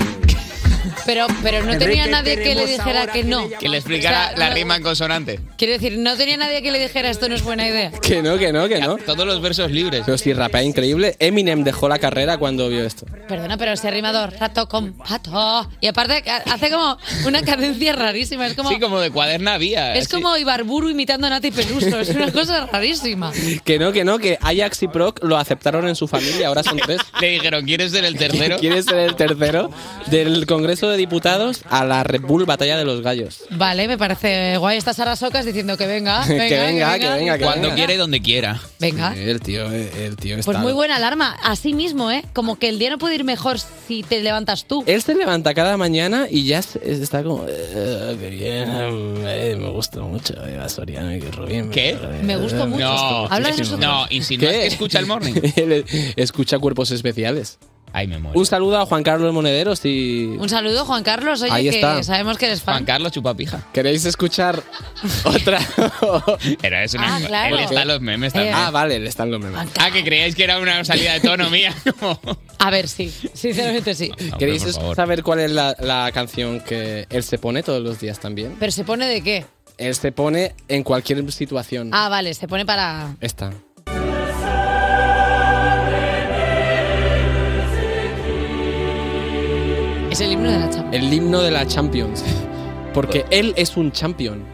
B: Pero, pero no
N: El rey
B: tenía
N: que
B: nadie que le
N: tenemos
B: dijera
N: ahora
B: que
N: que
B: no.
D: Que le explicara
B: O sea,
D: la
B: no-
D: rima en consonante.
B: Quiero decir, no tenía nadie que le dijera esto no es buena idea.
M: Que no, que no, que no.
D: Todos los versos libres.
M: Pero sí, rapea increíble. Eminem dejó la carrera cuando vio esto.
B: Perdona, pero ese rimador, rato con pato. Y aparte ha- hace como una cadencia rarísima. Es como,
D: Sí, como de cuaderna había.
B: es
D: así.
B: como Ibarburu imitando a Nati Peluso. Es una cosa rarísima.
M: Que no, que no, que Ajax y Proc lo aceptaron en su familia, ahora son tres.
D: Le dijeron, ¿quieres ser el tercero?
M: ¿Quieres ser el tercero? Del Congreso de Diputados a la Red Bull Batalla de los Gallos.
B: Vale, me parece guay. Está Sara Socas diciendo que venga. venga
M: que venga, que venga, que
D: Cuando
M: venga.
D: quiera y donde quiera.
B: Venga.
M: El tío, eh, el tío está.
B: Pues muy buena alarma. Así mismo, ¿eh? Como que el día no puede ir mejor si te levantas tú.
M: Él se levanta cada mañana y ya se- está como. eh, qué bien, eh, me gusta mucho. eh, a Soriano y Rubín.
D: ¿Qué?
B: Me gusta mucho.
D: No,
B: Habla de
D: es-
B: nosotros.
D: No, y si no es que escucha el morning.
M: Él escucha cuerpos especiales.
D: Ahí me muero.
M: Un saludo a Juan Carlos Monederos y...
B: Un saludo, Juan Carlos. Oye,
M: Ahí
B: que
M: está.
B: sabemos que eres fan.
D: Carlos Chupapija.
M: ¿Queréis escuchar otra?
D: Era eso.
B: Ah, claro. Eh,
D: Él está en los memes también.
M: Ah, vale, él está en los memes.
D: Ah, que creíais que era una salida de tono mía.
B: A ver, sí. Sinceramente sí.
M: ¿Queréis
D: por favor.
M: saber cuál es la, la canción que él se pone todos los días también?
B: ¿Pero se pone de qué?
M: Él se pone en cualquier situación.
B: Ah, vale, se pone para...
M: Esta.
B: Es el himno de la chapa.
M: El himno de la Champions. Porque él es un champion.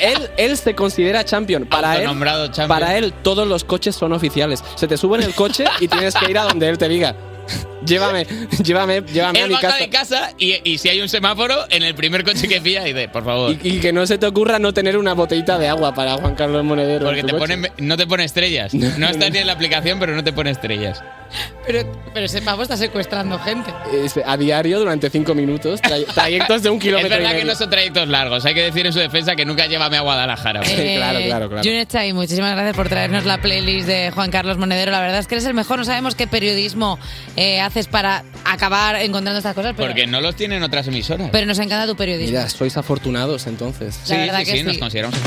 M: él, él se considera champion. Para él,
D: Autonombrado champion.
M: para él todos los coches son oficiales. Se te sube en el coche y tienes que ir a donde él te diga. Llévame, llévame, llévame a
D: Él
M: mi
D: baja
M: casa.
D: de casa y, y si hay un semáforo, en el primer coche que pilla, dice, por favor.
M: Y, y que no se te ocurra no tener una botellita de agua para Juan Carlos Monedero.
D: Porque
M: en
D: te
M: tu coche.
D: ponen, no te pone estrellas. No estás ni en la aplicación, pero no te pone estrellas.
B: Pero, pero ese pavo está secuestrando gente.
M: Es a diario durante cinco minutos, tra- trayectos de un
D: Es
M: kilómetro. y
D: verdad que
M: medio.
D: no son trayectos largos. Hay que decir en su defensa que nunca llévame a Guadalajara.
B: Eh, Junet Chai, muchísimas gracias por traernos la playlist de Juan Carlos Monedero. La verdad es que eres el mejor. No sabemos qué periodismo eh, haces para acabar encontrando estas cosas, pero,
D: Porque no los tienen otras emisoras.
B: pero nos encanta tu periodismo.
M: Mira, sois afortunados entonces.
B: La Sí, verdad sí, que sí, nos sí.
D: consideramos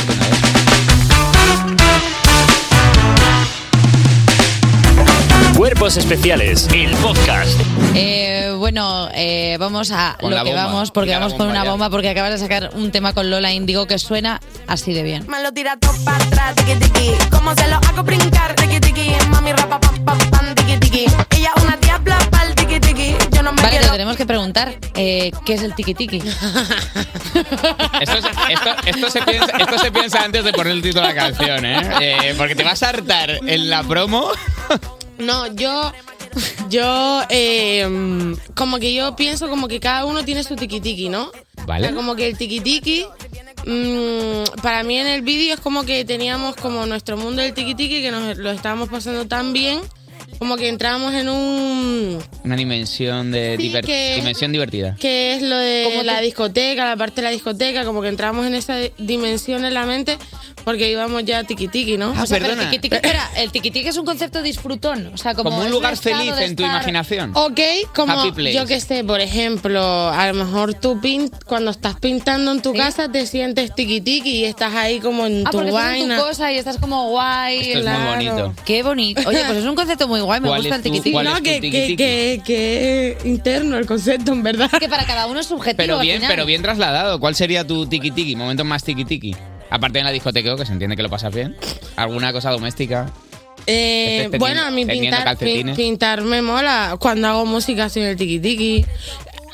A: Cuerpos especiales, el podcast.
B: Eh, bueno, eh, vamos a
A: Con
B: lo
A: la
B: que
A: bomba.
B: vamos, porque
A: Tira la
B: vamos con
A: bomba
B: una
A: ya.
B: bomba, porque acabas de sacar un tema con Lola Indigo que suena así de bien.
O: Me lo tira todo para atrás, tiqui tiqui. Como se lo hago brincar, tiqui tiqui. Mami rapa pam pam pam, tiqui tiqui. Ella una diabla pa'l tiqui tiqui. Yo no me
B: Vale, te
O: quiero.
B: tenemos que preguntar eh, qué es el tiki tiki.
P: Ah,
D: Esto, es- esto- esto se piensa, esto se piensa antes de poner el título de la canción, ¿eh? Eh, Porque te vas a hartar en la promo.
P: No, yo. Yo. eh, mm, como que yo pienso como que cada uno tiene su tiki-tiki, ¿no?
D: Vale.
P: O sea, como que el tiki-tiki. mm, para mí en el vídeo es como que teníamos como nuestro mundo del tiki-tiki que nos lo estábamos pasando tan bien. Como que entrábamos en un.
D: Una dimensión de
P: Sí,
D: diver-
P: que-
D: dimensión divertida.
P: que es lo de la discoteca, la parte de la discoteca, como que entramos en esa dimensión en la mente porque íbamos ya tiki tiki, ¿no?
D: Ah, O sea, pero perdona.
B: El tiki-tiki, espera, el tiki-tiki es un concepto disfrutón. O sea, como,
D: Como un
B: es
D: lugar
B: estado
D: feliz
B: de
D: en tu
B: estar-
D: imaginación.
P: Ok, como
D: Happy place.
P: yo que sé, por ejemplo, a lo mejor tú pin cuando estás pintando en tu casa te sientes tiki tiki y estás ahí como en
B: Ah,
P: tu
B: porque estás en
P: vaina.
B: tu cosa y estás como guay.
P: Esto es muy Claro. bonito.
B: Qué bonito. Oye, pues es un concepto muy guay. Me
P: ¿Cuál
B: gusta
P: es
B: el
P: tu-
B: tiki-tiki.
P: cuál No, es tu que- que- tiki-tiki? que- interno el concepto, en verdad.
B: Que para cada uno es subjetivo.
D: Pero
B: al
D: bien,
B: final.
D: pero bien trasladado. ¿Cuál sería tu tiki tiki? Momento más tiki tiki. Aparte en la discoteca, que se entiende que lo pasas bien. ¿Alguna cosa doméstica?
P: Eh,
D: Estés
P: bueno, a mí
D: teniendo
P: pintar, pin-
D: calcetines.
P: pintar me mola. Cuando hago música estoy en el tiki tiki.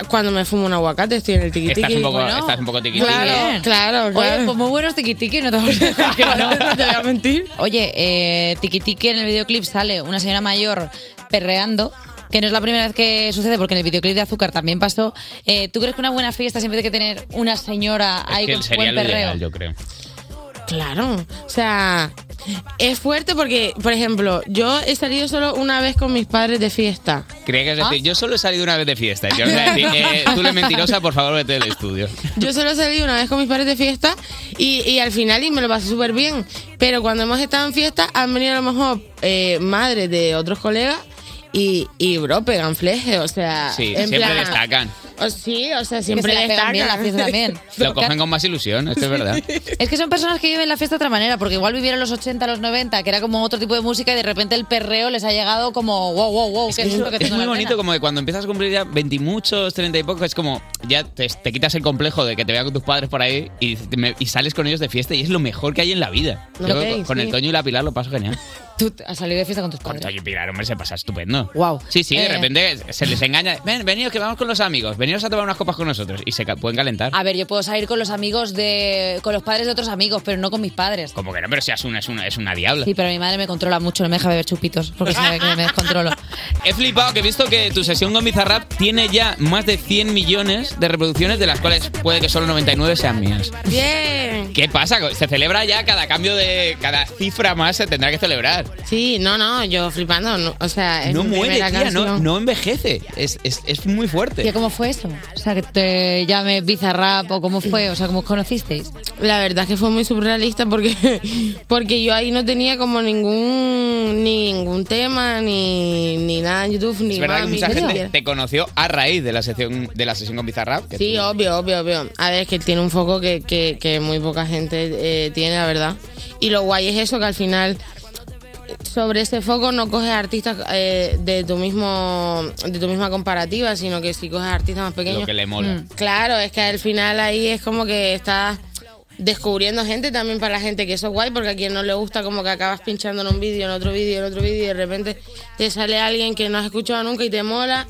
P: Cuando me fumo un aguacate estoy en el tiki tiki.
D: Estás un poco, estás un poco ¿eh? tiki tiki.
P: Claro, claro,
B: Oye,
P: claro.
B: pues muy buenos tiki-tiki, no te voy a decir que no. te voy a mentir. Oye, eh, tiki-tiki en el videoclip sale una señora mayor perreando, que no es la primera vez que sucede, porque en el videoclip de Azúcar también pasó. Eh, ¿Tú crees que una buena fiesta siempre tiene que tener una señora ahí
D: que
B: con su
D: sería
B: buen
D: lo
B: perreo?
D: ideal, yo creo.
P: Claro, o sea, es fuerte porque, por ejemplo, yo he salido solo una vez con mis padres de fiesta.
D: Creía que ibas
B: ¿Ah?
D: a decir, yo solo he salido una vez de fiesta. Y te vas a decir, eh, tú le mentirosa, por favor, vete del estudio.
P: Yo solo he salido una vez con mis padres de fiesta y, y al final y me lo pasé súper bien. Pero cuando hemos estado en fiesta han venido a lo mejor eh, madres de otros colegas y, y bro, pegan fleje, o
B: Ah,
P: sea,
D: Sí,
P: en
D: siempre
P: plan-
D: destacan.
P: o- sí, o sea,
B: Que
P: siempre
B: se la pegan
P: destacan.
B: bien la fiesta también.
D: Lo cogen con más ilusión, esto es verdad.
B: Es que son personas que viven la fiesta de otra manera, porque igual vivieron los 80, los 90, que era como otro tipo de música y de repente el perreo les ha llegado como wow, wow, wow, qué susto que
D: Es
B: tengo
D: muy
B: en la
D: bonito como que cuando empiezas a cumplir ya 20 y muchos, 30 y pocos, es como ya te, te quitas el complejo de que te vean con tus padres por ahí y, te- me- y sales con ellos de fiesta y es lo mejor que hay en la vida.
B: Lo
D: Yo
B: que hay,
D: con, con
B: sí.
D: el Toño y la Pilar lo paso genial.
B: pena. Tú has salido de fiesta con tus padres.
D: Toño y Pilar, hombre, se pasa estupendo.
B: Wow.
D: Sí, sí, de
B: Eh.
D: repente se les engaña. Ven, venidos que vamos con los amigos, venidos a tomar unas copas con nosotros y se ca- pueden calentar.
P: Ah.
B: A ver, yo puedo salir con los amigos de. con los padres de otros amigos, pero no con mis padres.
D: Como que no, pero si Asuna es una, es una diabla.
B: Sí, pero mi madre me controla mucho, no me deja beber chupitos, porque sabe que me descontrolo.
D: He flipado que he visto que tu sesión con Bizarrap tiene ya más de 100 millones de reproducciones, de las cuales puede que solo 99 sean mías.
P: Bien.
D: ¿Qué pasa? Se celebra ya cada cambio de. cada cifra más se tendrá que celebrar.
P: Sí, no, no, yo flipando, no, o sea, es
D: No
P: mi
D: muere,
P: primera
D: tía, no,
P: canción.
D: no envejece. Es, es- es muy
B: ¿Y
D: fuerte.
B: cómo fue eso? O sea, que te llame Bizarrap o cómo fue, o sea, cómo os conocisteis.
P: La verdad es que fue muy surrealista porque, porque yo ahí no tenía como ningún ni ningún tema, ni, ni nada en YouTube, ni
D: Es verdad que
P: mami,
D: mucha
P: ni
D: gente
P: siquiera.
D: te conoció a raíz de la sesión, de la sesión con Bizarrap. que
P: Sí,
D: tú-
P: obvio, obvio, obvio. A ver, es que tiene un foco que, que- que muy poca gente eh, tiene, la verdad. Y lo guay es eso, que al final sobre ese foco no coges artistas eh, de tu mismo de tu misma comparativa, sino que Mm. sí coges artistas más pequeños.
D: Lo que le mola.
P: Claro, es que al final ahí es como que estás descubriendo gente también para la gente, que eso es guay, porque a quien no le gusta como que acabas pinchando en un vídeo, en otro vídeo, en otro vídeo, y de repente te sale alguien que no has escuchado nunca y te mola.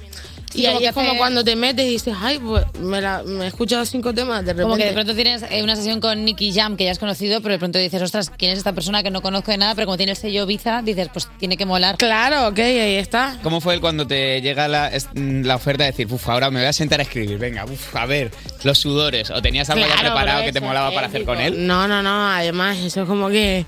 B: Sí,
P: y
B: como
P: ahí
B: que
P: es como
B: te-
P: cuando te metes y dices, ay, pues me, la- me he escuchado cinco temas de repente.
B: Como que de pronto tienes eh, una sesión con Nicky Jam que ya has conocido, pero de pronto dices, ostras, ¿quién es esta persona que no conozco de nada? Pero como tiene el sello Visa, dices, pues tiene que molar.
P: Claro, ok, ahí está.
D: ¿Cómo fue el cuando te llega la, es- la oferta de decir, uff, ahora me voy a sentar a escribir, venga, uff, a ver, los sudores, o tenías algo ya
P: Claro,
D: preparado
P: bro,
D: que te
P: eso
D: molaba
P: es
D: para hacer
P: épico.
D: con él?
P: No, no, no, además eso es como que...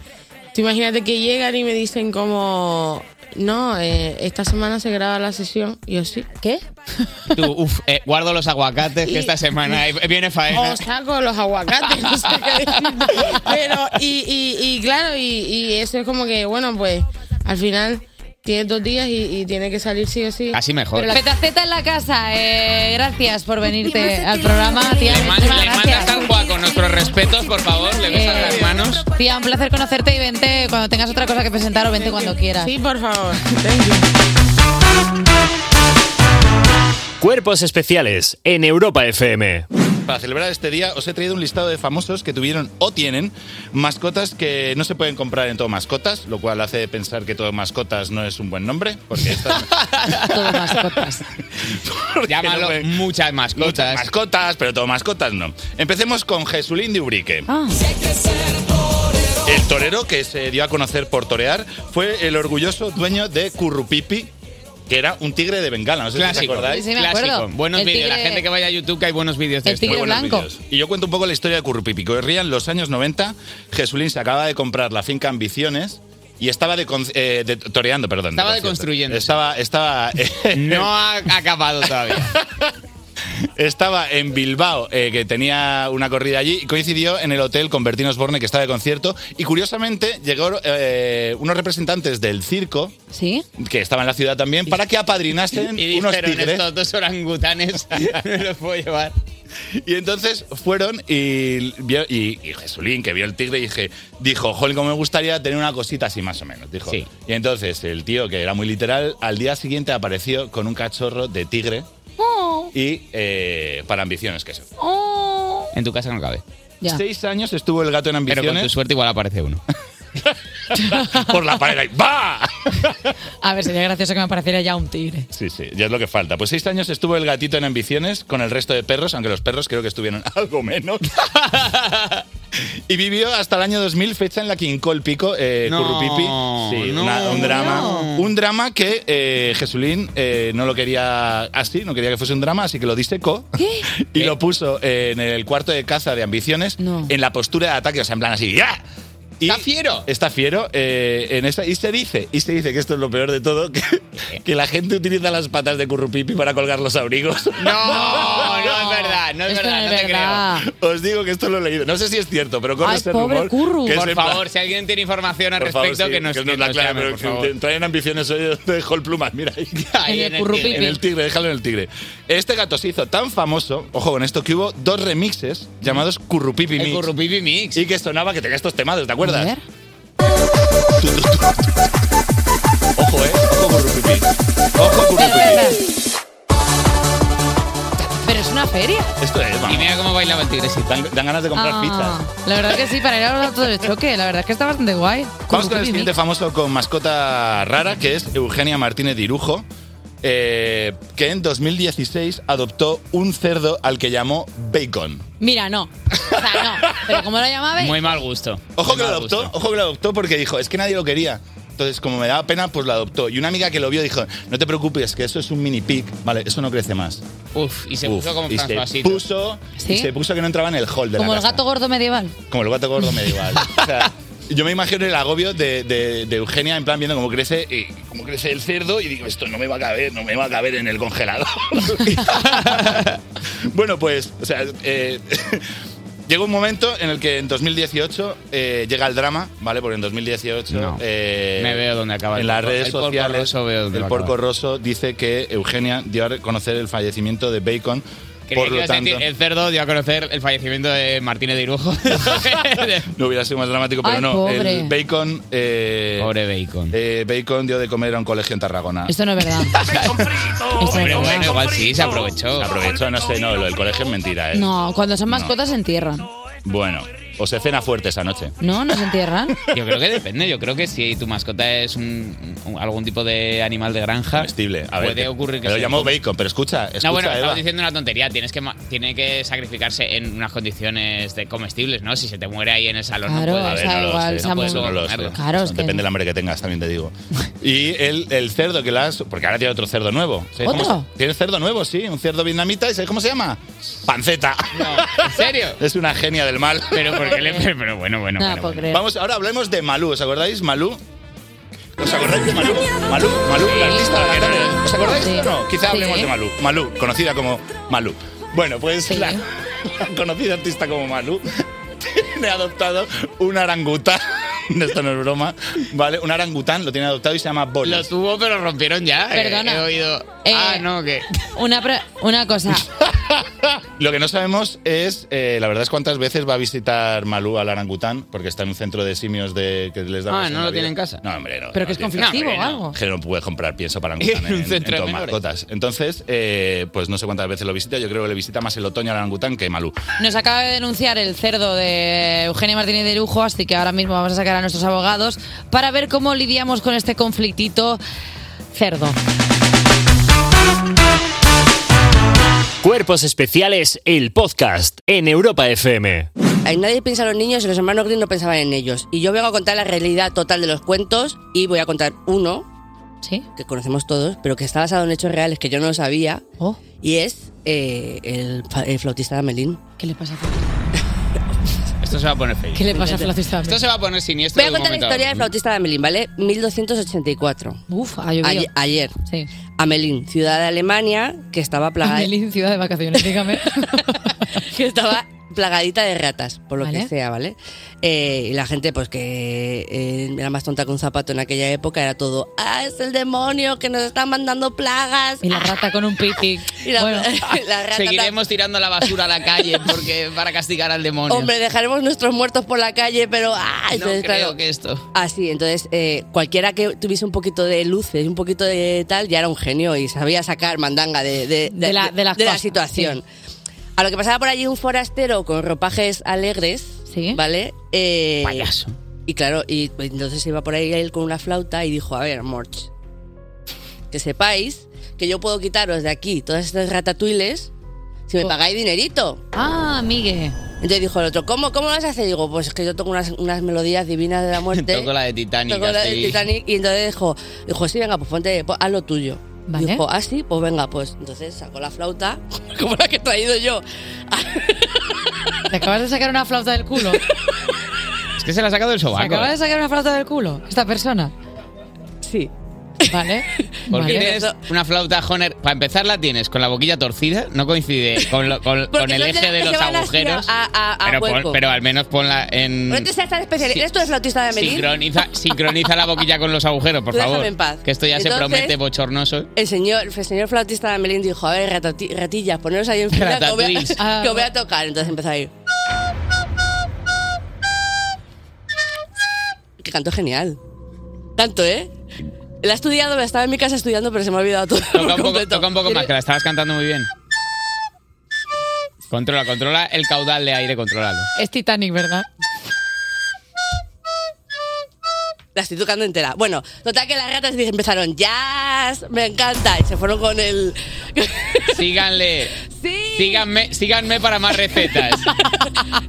P: Tú imagínate que llegan y me dicen como... No, eh, esta semana se graba la sesión. Y yo sí. ¿Qué?
D: Tú, uff, guardo los aguacates que esta semana eh, viene faena.
P: O saco los aguacates, no sé qué decir. Pero, y, y, y claro, y, y eso es como que, bueno, pues al final tiene dos días y, y tiene que salir sí o sí.
D: Así mejor.
B: Petaceta en la casa, eh, gracias por venirte al programa, tía.
D: Le, man-
B: muchísimas
D: le mandas al guaco nuestros respetos, por favor, le besas
B: Eh,
D: las manos.
B: Tía, un placer conocerte y vente cuando tengas otra cosa que presentar o vente cuando quieras.
P: Sí, por favor.
A: Cuerpos especiales en Europa FM.
Q: Para celebrar este día os he traído un listado de famosos que tuvieron o tienen mascotas que no se pueden comprar en todo mascotas, lo cual hace pensar que todo mascotas no es un buen nombre, porque estas
B: todo mascotas.
D: Llámalo muchas mascotas.
Q: Muchas mascotas, pero todo mascotas no. Empecemos con Jesulín de Ubrique.
C: Ah.
Q: El torero que se dio a conocer por torear fue el orgulloso dueño de Currupipi, que era un tigre de Bengala. No sé si
D: Clásico,
Q: os acordáis.
D: Sí, sí, me acuerdo. Clásico. Buenos El vídeos. La tigre- gente que
Q: vaya a YouTube que hay buenos vídeos
D: de El esto. tigre
Q: Muy buenos
D: blanco.
Q: vídeos. Y yo cuento un poco la historia de Currupipi. Corría en los años 90, Jesulín se acaba de comprar la finca Ambiciones y estaba de, con- eh, de- toreando, perdón.
D: Estaba
Q: concierto.
D: deconstruyéndose.
Q: Estaba, estaba Eh.
D: No ha acabado todavía.
Q: estaba en Bilbao, eh, que tenía una corrida allí, y coincidió en el hotel con Bertín Osborne, que estaba de concierto, y curiosamente llegó eh, unos representantes del circo, que estaba en la ciudad también, para que apadrinasen
D: Y
Q: unos
D: dijeron,
Q: tigres.
D: estos dos orangutanes me los puedo llevar.
Q: Y entonces fueron y, vio- y, y Jesulín, que vio el tigre, y dije, dijo, jolín, como me gustaría tener una cosita así más o menos. Dijo. Y entonces el tío, que era muy literal, al día siguiente apareció con un cachorro de tigre
C: Oh,
Q: y eh, para ambiciones, que eso.
D: En tu casa no cabe.
Q: Seis años estuvo el gato en ambiciones.
D: Pero con tu suerte igual aparece uno.
Q: por la pared y ¡va!
B: A ver, sería gracioso que me apareciera ya un tigre.
Q: Sí, sí, ya es lo que falta. Pues seis años estuvo el gatito en ambiciones con el resto de perros, aunque los perros creo que estuvieron algo menos. y vivió hasta el año 2000, fecha en la que hincó el pico eh,
D: No,
Q: Currupipi. Sí,
D: no,
Q: una- un drama.
D: no.
Q: Un drama que eh, Jesulín eh, no lo quería así, no quería que fuese un drama, así que lo disecó y lo puso eh, en el cuarto de caza de ambiciones en la postura de ataque, o sea, en plan así, ¡ya! está fiero. Está fiero. eh, en esta, y se dice, y se dice que esto es lo peor de todo, que, que la gente utiliza las patas de Currupipi para colgar los abrigos.
D: No, no es verdad, no es
Q: Esto
D: verdad,
Q: Ah, no
D: no,
Q: es
D: te
Q: verdad.
D: creo.
Q: Os digo que esto lo he leído. No sé si es cierto, pero corre ese rumor. que es
D: Por
Q: en plan-
D: favor, si alguien tiene información al
Q: por favor,
D: respecto,
Q: sí,
D: que nos, que
Q: la
D: nos
Q: aclare,
D: llame,
Q: pero
D: por
Q: que
D: favor.
Q: traen ambiciones hoy, te dejo el pluma, mira ahí.
D: Ahí En el en el currupipi. tigre.
Q: En el tigre, déjalo en el tigre. Este gato se hizo tan famoso, ojo con esto, que hubo dos remixes llamados Currupipi
D: El
Q: Mix.
D: Currupipi Mix.
Q: Y que sonaba que tenía estos temados, ¿te acuerdas? Ojo, eh. Ojo Currupipi. Ojo Currupipi.
B: Pero es una feria.
Q: Esto es, vamos. Y mira
D: cómo bailaba el tigre.
Q: Dan, dan ganas de comprar
B: Ah,
Q: pizzas.
B: La verdad que sí, para ir a los autos de choque, la verdad que está bastante guay.
Q: Vamos con el siguiente famoso con mascota rara, que es Eugenia Martínez Dirujo, eh, que en 2016 adoptó un cerdo al que llamó Bacon.
B: Mira, no. O sea, no. Pero como lo llamabais.
D: mal gusto.
Q: Ojo que lo adoptó, ojo que lo adoptó porque dijo, es que nadie lo quería. Entonces, como me daba pena, pues lo adoptó. Y una amiga que lo vio dijo, no te preocupes, que eso es un mini pig, vale, eso no crece más.
D: Uf, y se
Q: Uf,
D: puso como
Q: y se
D: François así.
Q: puso,
B: ¿Sí?
Q: y se puso que no entraba en el hall de
B: Como
Q: la
B: el
Q: casa.
B: gato gordo medieval.
Q: Como el gato gordo medieval. O sea, yo me imagino el agobio de, de- de Eugenia en plan viendo cómo crece, y cómo crece el cerdo y digo, esto no me va a caber, no me va a caber en el congelador. bueno, pues, o sea, eh, Llega un momento en el que en 2018 eh, llega el drama, ¿vale? Porque en 2018
D: No.
Q: eh,
D: Me veo dónde acaba el
Q: En las
D: porco-
Q: redes
D: el porco
Q: sociales
D: roso veo dónde
Q: el
D: va a
Q: porco
D: acabar.
Q: roso dice que Eugenia dio a conocer el fallecimiento de Bacon.
D: Creía
Q: Por
D: que
Q: lo
D: ibas a decir,
Q: tanto,
D: el cerdo dio a conocer el fallecimiento de Martínez de Irujo.
Q: no hubiera sido más dramático, pero
D: Ay,
Q: no.
D: pobre.
Q: El Bacon. pobre Bacon. Bacon dio de comer a un colegio en Tarragona.
B: Esto no es verdad. Esto no es
Q: Ah. Hombre,
B: verdad.
Q: bueno, igual sí, se aprovechó. Se aprovechó, no sé, no, lo del colegio es mentira, ¿eh?
B: No, cuando son
Q: No.
B: mascotas se entierran.
Q: Bueno, o se cena fuerte esa noche.
B: No, no se entierran.
Q: Eh,
D: Yo creo que depende. Yo creo que si tu mascota es un, un- algún tipo de animal de granja.
Q: Comestible. A ver,
D: puede
Q: que-
D: ocurrir que.
Q: que lo
D: sea-
Q: llamó Bacon, pero escucha, escucha,
D: no, bueno,
Q: Eva.
D: estamos diciendo una tontería. Tienes que, ma- tiene que sacrificarse en unas condiciones de comestibles, ¿no? Si se te muere ahí en el salón,
B: Claro,
D: no puedes.
B: o
Q: A ver,
B: sea,
Q: no lo
B: igual
Q: sé,
B: se
Q: no
B: ha
Q: puedes,
B: muerto.
Q: no lo sé.
B: Claro, es
Q: Depende
B: que-
Q: del hambre que tengas, también te digo. Y el, el cerdo que las. Porque ahora tiene otro cerdo nuevo. ¿Sabes cómo
D: ¿Otro?
Q: se- Tiene cerdo nuevo, sí. Un cerdo vietnamita. ¿Y sabes cómo se llama? Panceta.
D: ¿En serio?
Q: es una genia del mal.
D: Pero, ¿por qué le- pero bueno, bueno.
Q: No,
D: bueno, bueno.
Q: Vamos, ahora hablemos de Malú. ¿Os acordáis? Malú. ¿Os acordáis de Malú? Malú, Malú, la artista, la cantante. ¿Os acordáis? No, quizá hablemos de Malú. Malú, conocida como Malú. Bueno, pues la, la conocida artista como Malú tiene adoptado un orangután. Esto no es broma, ¿vale? Un orangután lo tiene adoptado y se llama Boris. Lo
D: tuvo, pero rompieron ya. eh.
B: Perdona. ah,
D: no, que.
B: Una, pro- una cosa.
Q: Lo que no sabemos es, eh, la verdad es cuántas veces va a visitar Malú al orangután, porque está en un centro de simios de, que les da
D: Ah,
Q: más en
D: ¿no
Q: la
D: lo
Q: vida.
D: tiene en casa?
Q: No, hombre, no.
D: Pero que es
Q: tiene.
D: conflictivo No, hombre, o no. algo.
Q: Que no puede comprar pienso para orangután
D: En
Q: en,
D: un
Q: en
D: centro de
Q: todas
D: menores.
Q: mascotas. Entonces, eh, pues no sé cuántas veces lo visita, yo creo que le visita más el otoño al orangután que Malú.
B: Nos acaba de denunciar el cerdo de Eugenia Martínez de Lujo, así que ahora mismo vamos a sacar a nuestros abogados para ver cómo lidiamos con este conflictito cerdo.
A: Cuerpos especiales, el podcast en Europa FM.
R: Ahí nadie piensa en los niños y los hermanos Grimm no pensaban en ellos. Y yo vengo a contar la realidad total de los cuentos y voy a contar uno que conocemos todos, pero que está basado en hechos reales que yo no lo sabía.
B: Oh.
R: Y es eh, el, fa- el flautista de Amelín.
B: ¿Qué le pasa a
D: Esto se va a poner feo.
R: ¿Qué le pasa a
B: Flautista
D: Esto se va a poner siniestro.
R: Voy a
D: de un
R: contar la
D: momento
R: historia del
D: otro.
R: flautista de Amelín, ¿vale? 1284.
B: Uf, ha
D: llovido.
R: Ayer. ayer. Amelín, ciudad de Alemania que estaba plagada.
B: Amelín, ciudad de vacaciones, dígame.
R: que estaba plagadita de ratas, por lo que sea, ¿vale? Eh, y la gente, pues que eh, era más tonta que un zapato en aquella época, era todo, ¡ah, es el demonio que nos está mandando plagas!
B: Y la rata con un piti.
R: Y la, la rata
D: Seguiremos tirando la basura a la calle porque para castigar al demonio.
R: Hombre, dejaremos nuestros muertos por la calle, pero ¡ah!
D: no
R: Entonces,
D: creo
R: claro,
D: que esto.
R: Así, entonces eh, cualquiera que tuviese un poquito de luces, un poquito de tal, ya era un genio y sabía sacar mandanga de, de- de-
B: De la- de las cosas,
R: situación. A lo que pasaba por allí un forastero con ropajes alegres, ¿vale? Eh,
D: Payaso.
R: Y claro, y pues, entonces iba por ahí él con una flauta y dijo, a ver, Morch, que sepáis que yo puedo quitaros de aquí todas estas ratatuiles si
D: Oh.
R: me pagáis dinerito.
B: Ah, amigue.
R: Entonces dijo el otro, ¿cómo, cómo vas a hacer? Digo, pues es que yo toco unas, unas melodías divinas de la muerte.
D: Toco la de Titanic.
R: Tocó la del
D: así.
R: Titanic y entonces dijo, dijo, sí, venga, pues ponte, pues, haz lo tuyo. Dijo, ah, sí, pues venga, pues. Entonces sacó la flauta, como la que he traído yo.
B: ¿Te acabas de sacar una flauta del culo? ¿Te
D: Es que se la ha sacado el sobaco.
B: acabas de sacar una flauta del culo? ¿Esta persona?
R: Sí.
B: ¿Vale?
D: Porque
B: Vale.
D: tienes una flauta Honer. Para empezar, la tienes con la boquilla torcida. No coincide con, lo- con-
R: Porque
D: con el
R: son
D: eje
R: las
D: de
R: que
D: los
R: van así
D: agujeros.
R: A, a, a
D: pero, pon-
R: hueco.
D: pero al menos ponla en.
R: No te seas tan especial. ¿Eres tú el flautista de Melín?
D: Sincroniza, sincroniza la boquilla con los agujeros, por
R: Tú déjame
D: favor.
R: en paz.
D: Que esto ya se
R: Entonces-
D: promete bochornoso.
R: El señor, el señor flautista de Melín dijo, a ver, ratati- ratillas, poneros ahí en fila que os voy,
D: Ratatouilles.
R: a, que os voy a tocar. Entonces empezó a ir. Que canto genial. Tanto, ¿eh? La he estudiado, la estaba en mi casa estudiando, pero se me ha olvidado todo.
D: Toca un poco, toca un poco más, que la estabas cantando muy bien. Controla, controla el caudal de aire, controlalo.
B: Es Titanic, ¿verdad?
R: La estoy tocando entera. Bueno, total que las ratas empezaron, jazz, me encanta. Y se fueron con el...
D: Síganle. Síganme, síganme para más recetas.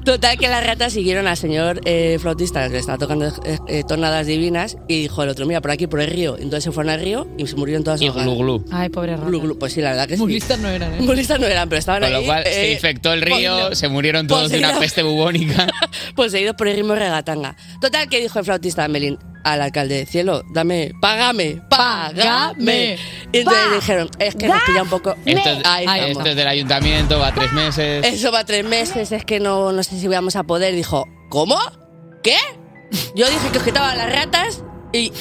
R: Total que las ratas siguieron al señor eh, flautista, que le estaba tocando eh, eh, tonadas divinas, y dijo el otro, mira, por aquí, por el río. Entonces se fueron al río y se murieron todas
D: Y
R: sus
D: glu glu.
B: Ay, pobre rata.
R: Pues sí, la verdad que sí.
B: Muy listas no eran, ¿eh?
R: Muy listas no eran, pero estaban
D: Con
R: ahí.
D: lo cual se
R: eh,
D: infectó el río,
R: poseídos-
D: se murieron todos de una
R: poseídos-
D: peste bubónica.
R: Poseídos por el ritmo regatanga. Total que dijo el flautista Melín al alcalde, cielo, dame, págame, págame. Y entonces dijeron, es que nos pilla un poco.
D: Esto es,
R: Ahí estamos.
D: esto es del ayuntamiento, va tres meses.
R: Eso va tres meses, es que no, no sé si vamos a poder. Dijo, ¿cómo? ¿Qué? Yo dije que os quitaba las ratas y